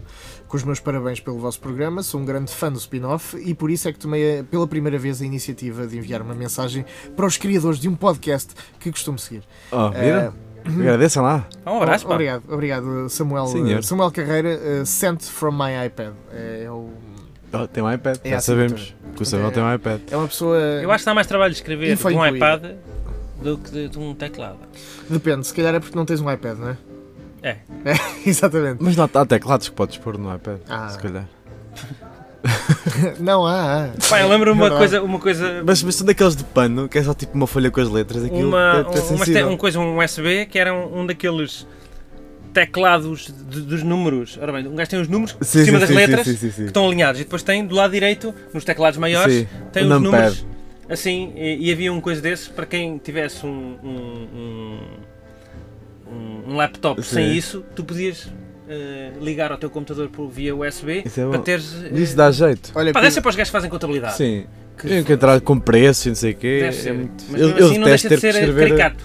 Speaker 3: com os meus parabéns pelo vosso programa. Sou um grande fã do spin-off e por isso é que tomei a- pela primeira vez a iniciativa de enviar uma mensagem para os criadores de um podcast que costumo seguir.
Speaker 5: Oh,
Speaker 4: É.
Speaker 5: viram? Agradeçam lá.
Speaker 4: Um abraço, pá.
Speaker 3: obrigado, obrigado, Samuel,
Speaker 5: Senhor.
Speaker 3: Samuel Carreira, uh, sent from my iPad. É, é o-
Speaker 5: Oh, tem um iPad,
Speaker 3: É
Speaker 5: já
Speaker 3: assim,
Speaker 5: sabemos. Que o Samuel
Speaker 3: É.
Speaker 5: tem um iPad.
Speaker 3: é uma pessoa.
Speaker 4: Eu acho que dá mais trabalho de escrever
Speaker 3: E
Speaker 4: de
Speaker 3: foi
Speaker 4: um
Speaker 3: incluído.
Speaker 4: iPad do que de, de um teclado.
Speaker 3: Depende, se calhar é porque não tens um iPad, não é?
Speaker 4: É.
Speaker 3: É, exatamente.
Speaker 5: Mas não, há teclados que podes pôr no iPad,
Speaker 3: Ah.
Speaker 5: se calhar.
Speaker 3: Não ah, há. há.
Speaker 4: Pá, eu lembro uma
Speaker 3: Verdade.
Speaker 4: coisa, uma coisa,
Speaker 5: Mas, mas são daqueles de pano, que é só tipo uma folha com as letras. Aquilo
Speaker 4: uma,
Speaker 5: é- é
Speaker 4: um, mas tem
Speaker 5: sensível.
Speaker 4: uma coisa, um USB que era um, um daqueles teclados de- dos números. Ora bem, um gajo tem os números por
Speaker 5: Sim,
Speaker 4: cima
Speaker 5: sim,
Speaker 4: das
Speaker 5: sim,
Speaker 4: letras
Speaker 5: sim, sim, sim, sim.
Speaker 4: que estão alinhados e depois tem do lado direito, nos teclados maiores,
Speaker 5: Sim,
Speaker 4: tem
Speaker 5: um
Speaker 4: os
Speaker 5: numpad.
Speaker 4: números assim e, e havia um coisa desses para quem tivesse um, um, um- um laptop
Speaker 5: Sim.
Speaker 4: sem isso, tu podias eh, ligar ao teu computador por, via USB
Speaker 5: Isso é
Speaker 4: para
Speaker 5: bom.
Speaker 4: teres. eh,
Speaker 5: Isso dá jeito.
Speaker 3: Olha,
Speaker 4: Pá,
Speaker 3: Pedro,
Speaker 4: deve ser para os gajos que fazem contabilidade.
Speaker 5: Sim.
Speaker 4: Que-
Speaker 5: Tem que entrar com preço e não sei o quê.
Speaker 4: Deve ser.
Speaker 5: é muito-
Speaker 4: Mas
Speaker 5: Eu,
Speaker 4: mesmo
Speaker 5: eu
Speaker 4: assim não deixa de
Speaker 5: detesto ter que,
Speaker 4: ser
Speaker 5: escrever,
Speaker 4: caricato.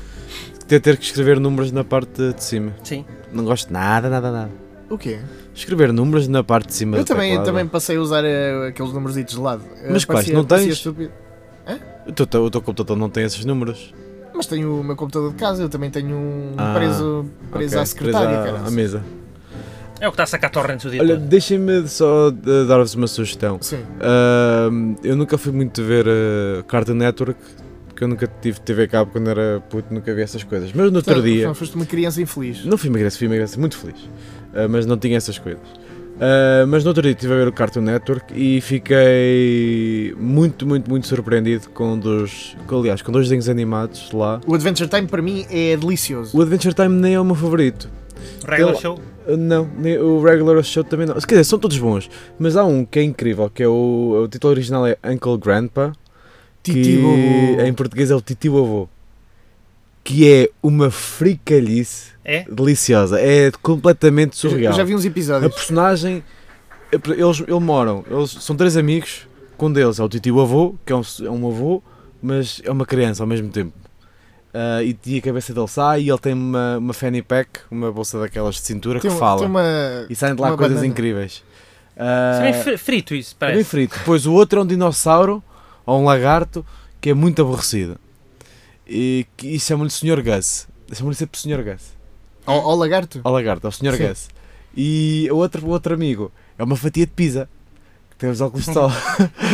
Speaker 5: ter, ter que escrever números na parte de cima.
Speaker 4: Sim.
Speaker 5: Não gosto de nada, nada, nada.
Speaker 3: o quê?
Speaker 5: Escrever números na parte de cima
Speaker 3: Eu
Speaker 5: do
Speaker 3: também,
Speaker 5: teclado.
Speaker 3: também passei a usar eh, aqueles numerositos de lado. Eh,
Speaker 5: Mas quais?
Speaker 3: parecia-
Speaker 5: Não
Speaker 3: parecia
Speaker 5: tens?
Speaker 3: estúpido.
Speaker 5: O teu, o teu computador não tem esses números.
Speaker 3: Mas tenho o meu computador de casa, eu também tenho um
Speaker 5: Ah,
Speaker 3: preso, preso
Speaker 5: Ok,
Speaker 3: à secretária,
Speaker 5: preso à-
Speaker 3: cara.
Speaker 5: à mesa.
Speaker 4: É o que está a sacar torrentes o dia
Speaker 5: Olha,
Speaker 4: todo.
Speaker 5: deixem-me só eh, dar-vos uma sugestão.
Speaker 3: Sim.
Speaker 5: Ahm, eu nunca fui muito ver eh, Cartoon Network, porque eu nunca tive TV cabo quando era puto, nunca vi essas coisas. Mas no outro
Speaker 3: Então,
Speaker 5: dia,
Speaker 3: afinal, Foste uma criança infeliz.
Speaker 5: não fui uma criança, fui uma criança muito feliz, Ah, mas não tinha essas coisas. Ah, mas no outro dia estive a ver o Cartoon Network e fiquei muito, muito, muito surpreendido com um dos, com, aliás, com dois desenhos animados lá.
Speaker 3: O Adventure Time para mim é delicioso.
Speaker 5: O Adventure Time nem é o meu favorito.
Speaker 4: Regular
Speaker 5: eu-
Speaker 4: show.
Speaker 5: Não, nem- o Regular Show também não. Quer dizer, são todos bons, mas há um que é incrível, que é o, o título original é Uncle Grandpa,
Speaker 3: Titi
Speaker 5: que em português é o Titio Avô, que é uma fricalhice
Speaker 4: É?
Speaker 5: deliciosa, é completamente
Speaker 3: Eu
Speaker 5: surreal.
Speaker 3: já vi uns
Speaker 5: é A
Speaker 3: episódios.
Speaker 5: personagem, eles, eles moram, eles são três amigos, com um deles é o Titio Avô, que é um, é um avô, mas é uma criança ao mesmo tempo. Ah, e, e a cabeça dele sai e ele tem uma, uma fanny pack, uma bolsa daquelas de cintura
Speaker 3: Tem,
Speaker 5: que
Speaker 3: um-
Speaker 5: fala.
Speaker 3: tem uma.
Speaker 5: E saem de lá
Speaker 3: Uma
Speaker 5: coisas
Speaker 3: banana.
Speaker 5: incríveis. Ah,
Speaker 4: Isso é bem fri- frito isso,
Speaker 5: é bem
Speaker 4: parece.
Speaker 5: frito. Depois o outro é um dinossauro ou um lagarto que é muito aborrecido. E, que- e chamam-lhe Sr. Gus. Chamam-lhe sempre Sr. Gus.
Speaker 3: Ao, ao lagarto?
Speaker 5: Ao lagarto, é ao Sr.
Speaker 3: Sim.
Speaker 5: Gus. E o outro, o outro amigo é uma fatia de pizza. Que tem os óculos de sol.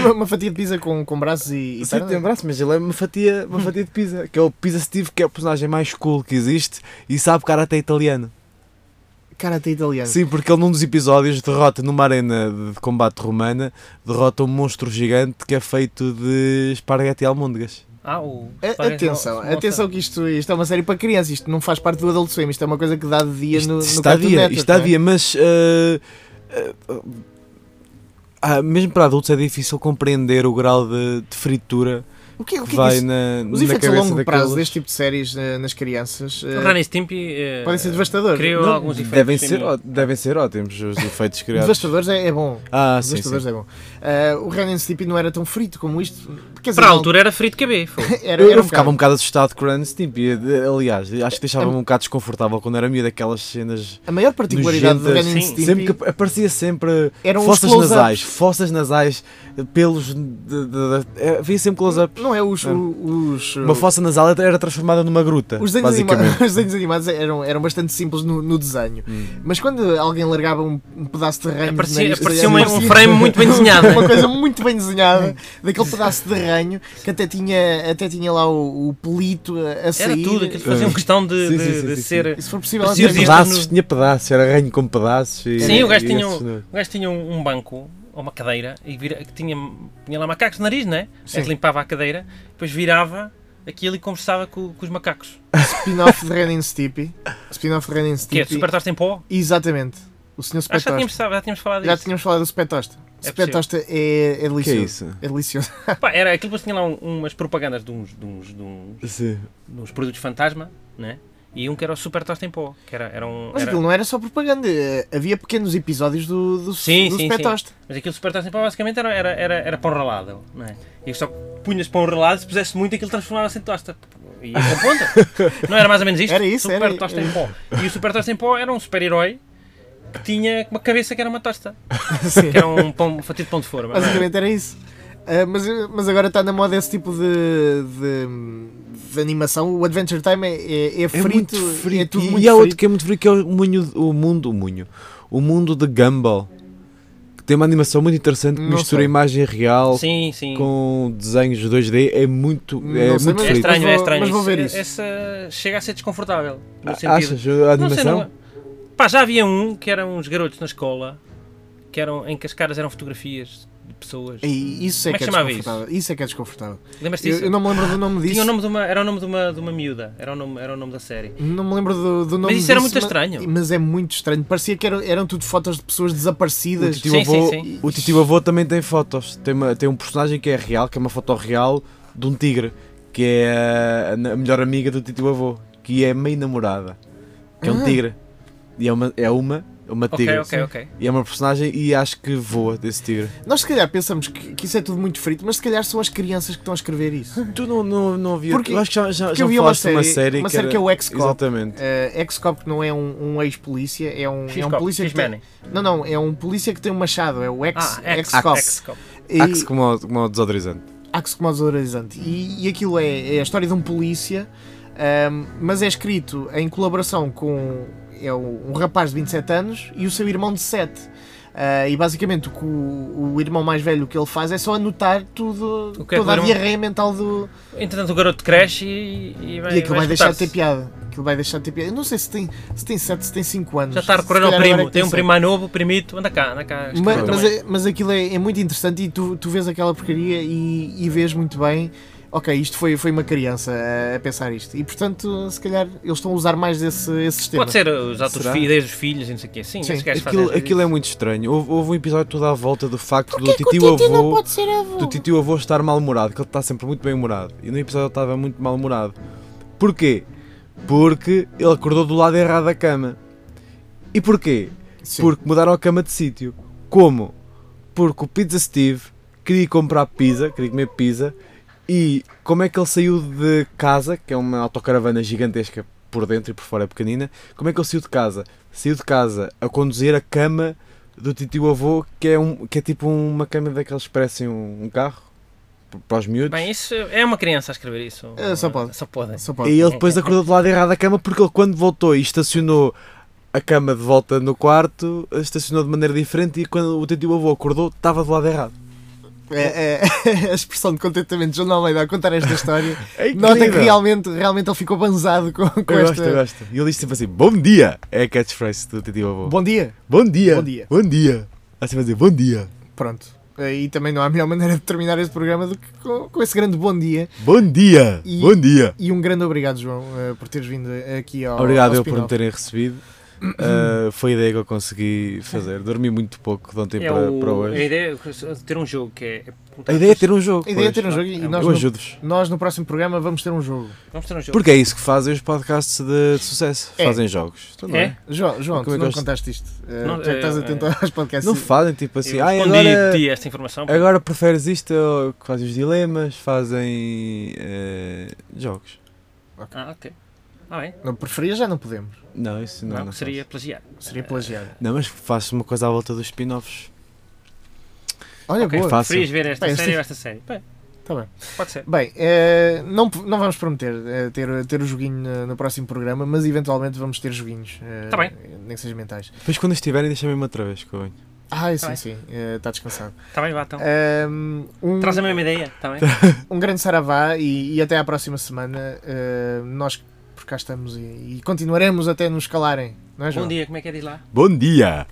Speaker 3: Uma, uma fatia de pizza com, com braços e. e
Speaker 5: Sim,
Speaker 3: perna?
Speaker 5: tem um braço, mas ele é uma fatia, uma fatia de pizza. Que é o Pizza Steve, que é o personagem mais cool que existe e sabe cara até italiano.
Speaker 3: Cara, até italiano.
Speaker 5: Sim, porque ele num dos episódios derrota numa arena de combate romana, derrota um monstro gigante que é feito de esparguete e almôndegas.
Speaker 4: Ah, o...
Speaker 3: A-
Speaker 5: É,
Speaker 3: atenção,
Speaker 4: Nossa.
Speaker 3: atenção que isto, isto é uma série para crianças, isto não faz parte do Adult Swim, isto é uma coisa que dá de dia
Speaker 5: Isto,
Speaker 3: no, no
Speaker 5: isto está a
Speaker 3: Cartoon
Speaker 5: dia,
Speaker 3: Network,
Speaker 5: isto está a
Speaker 3: não é?
Speaker 5: dia, mas ah, ah, ah, mesmo para adultos é difícil compreender o grau de, de fritura
Speaker 3: O que, é- o que é que
Speaker 5: vai
Speaker 3: isso-
Speaker 5: na,
Speaker 3: Os
Speaker 5: na
Speaker 3: efeitos a
Speaker 5: cabeça
Speaker 3: longo prazo
Speaker 5: daqueles.
Speaker 3: deste tipo de séries eh, nas crianças eh,
Speaker 4: O Ren e É um Stimpy eh,
Speaker 3: podem ser devastadores.
Speaker 4: criou
Speaker 3: Não,
Speaker 4: alguns efeitos.
Speaker 5: devem, ser,
Speaker 4: sim.
Speaker 5: ó- devem ser ótimos os efeitos criados.
Speaker 3: devastadores é, é bom.
Speaker 5: Ah, sim, sim.
Speaker 3: devastadores é bom. Eh, o Ren and Stimpy não era tão frito como isto. Quer dizer,
Speaker 4: Para a
Speaker 3: não-
Speaker 4: altura era frito KB. fogo.
Speaker 3: era,
Speaker 5: Eu,
Speaker 3: era
Speaker 5: eu ficava um
Speaker 3: bocado.
Speaker 5: bocado assustado com o Ren and Stimpy. Aliás, acho que deixava-me um bocado desconfortável quando era miúdo aquelas cenas.
Speaker 3: A maior particularidade do Ren
Speaker 5: nojentas.
Speaker 3: and
Speaker 4: Sim.
Speaker 3: Stimpy um
Speaker 5: Sempre que aparecia sempre
Speaker 3: Eram os
Speaker 5: fossas
Speaker 3: close-ups.
Speaker 5: nasais, fossas nasais, pelos. de- de- de- é, havia sempre close-ups.
Speaker 3: não é os,
Speaker 5: Ah.
Speaker 3: o- os eh,
Speaker 5: Uma fossa nasal era transformada numa gruta,
Speaker 3: Os desenhos, anima-
Speaker 5: basicamente. Hum.
Speaker 3: os desenhos animados eram, eram bastante simples no, no desenho, mas quando alguém largava um, um pedaço de ranho de
Speaker 4: Aparecia,
Speaker 3: nariz,
Speaker 5: é
Speaker 4: aparecia uma- um
Speaker 3: parecia-
Speaker 4: frame
Speaker 5: assim.
Speaker 4: muito bem desenhado.
Speaker 3: uma coisa muito bem desenhada, daquele pedaço de ranho que até tinha, até tinha lá o, o pelito a, a
Speaker 4: Era
Speaker 3: sair.
Speaker 4: tudo, aquilo faziam questão de,
Speaker 5: assim. Sim,
Speaker 4: de-
Speaker 5: sim, sim,
Speaker 4: de
Speaker 5: sim,
Speaker 4: ser.
Speaker 3: E se for possível, um
Speaker 4: Parecia
Speaker 3: até-
Speaker 5: Tinha
Speaker 4: Existe
Speaker 5: pedaços,
Speaker 4: no-
Speaker 5: tinha pedaços, era ranho com pedaços. e-
Speaker 4: Sim, o gajo
Speaker 5: e
Speaker 4: tinha um-
Speaker 5: esses-
Speaker 3: é?
Speaker 4: O gajo tinha um, um banco ou uma cadeira e vira, que tinha, tinha lá macacos no nariz, não é? O gajo limpava a cadeira, depois virava aquilo e conversava com, com os macacos.
Speaker 3: spin-off de Ren and Stimpy. Spin-off de Ren and
Speaker 4: Que é
Speaker 3: Stimpy.
Speaker 4: super tosta em pó.
Speaker 3: Exatamente. O Sr.
Speaker 4: Acho que já
Speaker 3: Spetosta.
Speaker 4: tínhamos, já tínhamos falado
Speaker 3: Já
Speaker 4: disso.
Speaker 3: tínhamos falado do Spetosta.
Speaker 4: É
Speaker 3: Spetosta é, é
Speaker 5: O que é
Speaker 3: delicioso.
Speaker 5: isso?
Speaker 3: É delicioso.
Speaker 4: Pá, era aquilo que tinha lá um- umas propagandas de uns, de uns, de uns,
Speaker 5: Sim.
Speaker 4: de uns produtos fantasma, né? E um que era o super tosta em pó, que era, era um.
Speaker 3: Mas
Speaker 4: era-
Speaker 3: aquilo não era só propaganda. eh, Havia pequenos episódios do, do,
Speaker 4: Sim,
Speaker 3: do
Speaker 4: sim,
Speaker 3: Spetosta.
Speaker 4: Mas aquilo super tosta em pó basicamente era, era, era, era pão ralado, não é? E só punhas pão ralado, se pusesse muito aquilo transformava-se em tosta. E ia com ponta. não era mais ou menos isto?
Speaker 3: Era isso,
Speaker 4: super
Speaker 3: era-
Speaker 4: tosta em pó. E o super tosta em pó era um super-herói que tinha uma cabeça que era uma tosta.
Speaker 3: Sim.
Speaker 4: Que era um, pão, um fatia de pão de forma. não é?
Speaker 3: Basicamente era isso. Ah, mas, mas agora está na moda esse tipo de, de, de animação. O Adventure Time é, é, é frito, é tudo
Speaker 5: e,
Speaker 3: muito
Speaker 5: e há outro
Speaker 3: frito.
Speaker 5: que é muito frito que é o, Munho- o mundo, o Munho, o mundo de Gumball, que tem uma animação muito interessante que
Speaker 3: Não
Speaker 5: mistura
Speaker 3: sei.
Speaker 5: imagem real
Speaker 4: Sim, sim.
Speaker 5: com desenhos 2D, é muito, é
Speaker 3: Não sei,
Speaker 5: muito
Speaker 3: mas
Speaker 4: É
Speaker 5: frito.
Speaker 3: esta-
Speaker 4: estranho, é
Speaker 3: Mas vou-
Speaker 4: estranho.
Speaker 3: mas vou ver
Speaker 4: Esse-
Speaker 3: isso.
Speaker 4: essa chega a ser desconfortável. No
Speaker 5: Ah,
Speaker 4: sentido.
Speaker 5: Achas a
Speaker 4: Não é. sei, não-
Speaker 5: animação?
Speaker 4: Pá, já havia um que eram uns garotos na escola que eram, em que as caras eram fotografias de pessoas.
Speaker 3: E isso é
Speaker 4: Como
Speaker 3: que,
Speaker 4: é que
Speaker 3: é
Speaker 4: chamava
Speaker 3: desconfortável. Isso? é que é desconfortável.
Speaker 4: Lembras-te
Speaker 3: Eu,
Speaker 4: disso?
Speaker 3: eu não me lembro do nome disso.
Speaker 4: Tinha o nome de uma, era o nome de uma, de uma miúda, era o nome, era o nome da série.
Speaker 3: Não me lembro do, do nome
Speaker 4: isso era
Speaker 3: disso,
Speaker 4: muito estranho.
Speaker 3: Mas é muito estranho. Parecia que eram, eram tudo fotos de pessoas
Speaker 5: O
Speaker 3: desaparecidas.
Speaker 5: titio,
Speaker 4: Sim,
Speaker 5: avô,
Speaker 4: sim, sim.
Speaker 5: o titio avô também tem fotos. Tem, uma- tem um personagem que é real, que é uma foto real de um tigre, que é a, a melhor amiga do titio avô, que é meio namorada. Que é um
Speaker 3: Ah.
Speaker 5: tigre. E é uma, é uma, uma
Speaker 4: Ok,
Speaker 5: tigre.
Speaker 4: ok, ok.
Speaker 5: E é uma personagem e acho que voa desse tigre.
Speaker 4: tipo
Speaker 3: Nós se calhar pensamos que, que isso é tudo muito frito, mas se calhar são as crianças que estão a escrever isso.
Speaker 5: Tu não, não, não havia.
Speaker 3: Porque-
Speaker 5: eu acho que já, já,
Speaker 3: porque
Speaker 5: já
Speaker 3: eu vi uma
Speaker 5: falaste de uma
Speaker 3: série-
Speaker 5: série.
Speaker 3: uma série que é o Ex-Cop.
Speaker 5: Exatamente.
Speaker 3: Eh, Ex-Cop que não é um, um ex-polícia, é um, é um
Speaker 4: X-Cop,
Speaker 3: polícia que tem,
Speaker 4: X-Men.
Speaker 3: Não, não, é um polícia que tem um machado, é o ex-
Speaker 4: Ah,
Speaker 3: ex-cop.
Speaker 4: X, X-Cop.
Speaker 3: E-
Speaker 5: Axe como, o- como o desodorizante.
Speaker 3: Axe como desodorizante. E, e aquilo é, é a história de um polícia, ahm, mas é escrito em colaboração com é um, um rapaz de 27 anos e o seu irmão de 7. Ah, e basicamente o, que o, o irmão mais velho o que ele faz é só anotar tudo,
Speaker 4: O que é que
Speaker 3: toda
Speaker 4: o
Speaker 3: a
Speaker 4: irmão-
Speaker 3: diarreia mental do.
Speaker 4: Entretanto o garoto cresce e, e vai
Speaker 3: e aquilo vai deixar de ter
Speaker 4: escutar-se.
Speaker 3: piada. Aquilo vai deixar de ter piada. Eu não sei se tem 7, se tem, sete, se tem 5 anos.
Speaker 4: Já está a recorrer
Speaker 3: Se
Speaker 4: ao
Speaker 3: calhar agora é
Speaker 4: primo,
Speaker 3: que
Speaker 4: tem um
Speaker 3: sete.
Speaker 4: primo mais novo, primito, anda cá, anda cá. escreve
Speaker 3: Mas, mas,
Speaker 4: também.
Speaker 3: é- mas aquilo é, é muito interessante e tu, tu vês aquela porcaria e, e vês muito bem. Ok, isto foi, foi uma criança a, a pensar isto. E portanto, se calhar eles estão a usar mais esse, esse sistema.
Speaker 4: Pode ser os atores,
Speaker 5: Será?
Speaker 4: fi- ideias dos filhos e não sei o quê. Sim,
Speaker 3: Sim.
Speaker 4: esses gajos fazem
Speaker 5: Aquilo,
Speaker 4: essas
Speaker 5: aquilo é
Speaker 4: ideias.
Speaker 5: muito estranho. Houve, houve um episódio todo à volta do facto do
Speaker 3: é que o
Speaker 5: titio
Speaker 3: Titi não
Speaker 5: avô.
Speaker 3: pode ser avô?
Speaker 5: Do titio avô estar mal-humorado, que ele está sempre muito bem-humorado. E no episódio ele estava muito mal-humorado. Porquê? Porque ele acordou do lado errado da cama. E porquê?
Speaker 3: Sim.
Speaker 5: Porque mudaram a cama de sítio. Como? Porque o Pizza Steve queria comprar pizza, queria comer pizza, e como é que ele saiu de casa, que é uma autocaravana gigantesca por dentro e por fora é pequenina, como é que ele saiu de casa? Saiu de casa a conduzir a cama do titio avô, que é, um, que é tipo uma cama daqueles que parecem um, um carro, p- para os miúdos.
Speaker 4: Bem, isso é uma criança a escrever isso.
Speaker 3: É, só pode.
Speaker 4: Só pode.
Speaker 3: Só
Speaker 5: E
Speaker 3: pode.
Speaker 5: ele depois acordou do lado errado da cama porque ele quando voltou e estacionou a cama de volta no quarto, estacionou de maneira diferente e quando o tio avô acordou estava do lado errado.
Speaker 3: É- é- a expressão de contentamento de João de Almeida a contar esta história.
Speaker 5: É
Speaker 3: Nota que
Speaker 5: incrível.
Speaker 3: realmente, realmente ele ficou banzado com, com
Speaker 5: Eu
Speaker 3: esta.
Speaker 5: gosto, eu gosto. E ele disse sempre assim, bom dia! É a catchphrase do tio avô. Bom,
Speaker 3: Bom dia.
Speaker 5: dia!
Speaker 3: bom dia.
Speaker 5: Bom dia! Assim vai dizer, bom dia!
Speaker 3: Pronto. Eh, E também não há melhor maneira de terminar este programa do que com, com esse grande bom dia.
Speaker 5: Bom dia!
Speaker 3: E-
Speaker 5: Bom dia!
Speaker 3: E um grande obrigado, João, eh, por teres vindo aqui ao.
Speaker 5: Obrigado
Speaker 3: ao
Speaker 5: eu por
Speaker 3: Spin-Off.
Speaker 5: me terem recebido. Ah, foi a ideia que eu consegui fazer. Dormi muito pouco de ontem
Speaker 4: É
Speaker 5: para,
Speaker 4: o-
Speaker 5: para
Speaker 4: a
Speaker 5: hoje.
Speaker 4: ideia é ter um jogo que é. é-
Speaker 5: A ideia é ter um jogo.
Speaker 3: A ideia é ter um
Speaker 5: pois.
Speaker 3: jogo e
Speaker 4: Eu
Speaker 3: nós
Speaker 5: Eu
Speaker 3: no,
Speaker 5: ajudo-vos.
Speaker 3: nós no próximo programa vamos ter um jogo.
Speaker 4: Vamos ter um jogo.
Speaker 5: Porque é isso que fazem os podcasts de sucesso.
Speaker 3: É.
Speaker 5: Fazem jogos. Então, não,
Speaker 4: É?
Speaker 3: João, João tu
Speaker 5: Como é que
Speaker 3: não
Speaker 5: eu-
Speaker 3: contaste isto. Eh,
Speaker 4: Não,
Speaker 3: tu é que estás
Speaker 4: eh,
Speaker 3: atento aos podcasts.
Speaker 5: não fazem tipo assim.
Speaker 4: Eu
Speaker 5: "Ai,
Speaker 4: respondi
Speaker 5: agora- É.
Speaker 4: ti esta informação. porque
Speaker 5: Agora preferes isto ou fazem os dilemas, fazem eh, jogos?
Speaker 4: Ah, ok. Ah, bem.
Speaker 3: Não preferia, já não podemos.
Speaker 5: Não, isso não,
Speaker 4: Não,
Speaker 5: não
Speaker 4: seria
Speaker 5: faço.
Speaker 4: plagiar.
Speaker 3: Seria plagiado.
Speaker 5: Não, mas faço uma coisa à volta dos spin-offs. É
Speaker 3: Olha,
Speaker 4: Ok,
Speaker 3: boa.
Speaker 5: Fácil.
Speaker 4: preferias ver esta
Speaker 3: Bem,
Speaker 4: série
Speaker 3: sim.
Speaker 4: ou esta série? Bem,
Speaker 3: Tá bem.
Speaker 4: pode ser.
Speaker 3: Bem, eh, não, não vamos prometer eh, ter, ter o joguinho eh, no, no próximo programa, mas eventualmente vamos ter joguinhos. eh,
Speaker 4: Tá bem.
Speaker 3: Nem que sejam mentais.
Speaker 5: Depois quando estiverem deixa-me outra vez que eu venho.
Speaker 3: Ah,
Speaker 4: Tá bem.
Speaker 3: sim, sim. eh, Está descansado.
Speaker 4: Está bem, vá então.
Speaker 3: Eh, um,
Speaker 4: Traz a mesma ideia, está bem?
Speaker 3: um grande saravá e, e até à próxima semana. eh, nós por cá estamos e, e continuaremos até nos calarem. Não é, João?
Speaker 4: Um Bom dia, como é que é diz lá?
Speaker 5: Bom dia!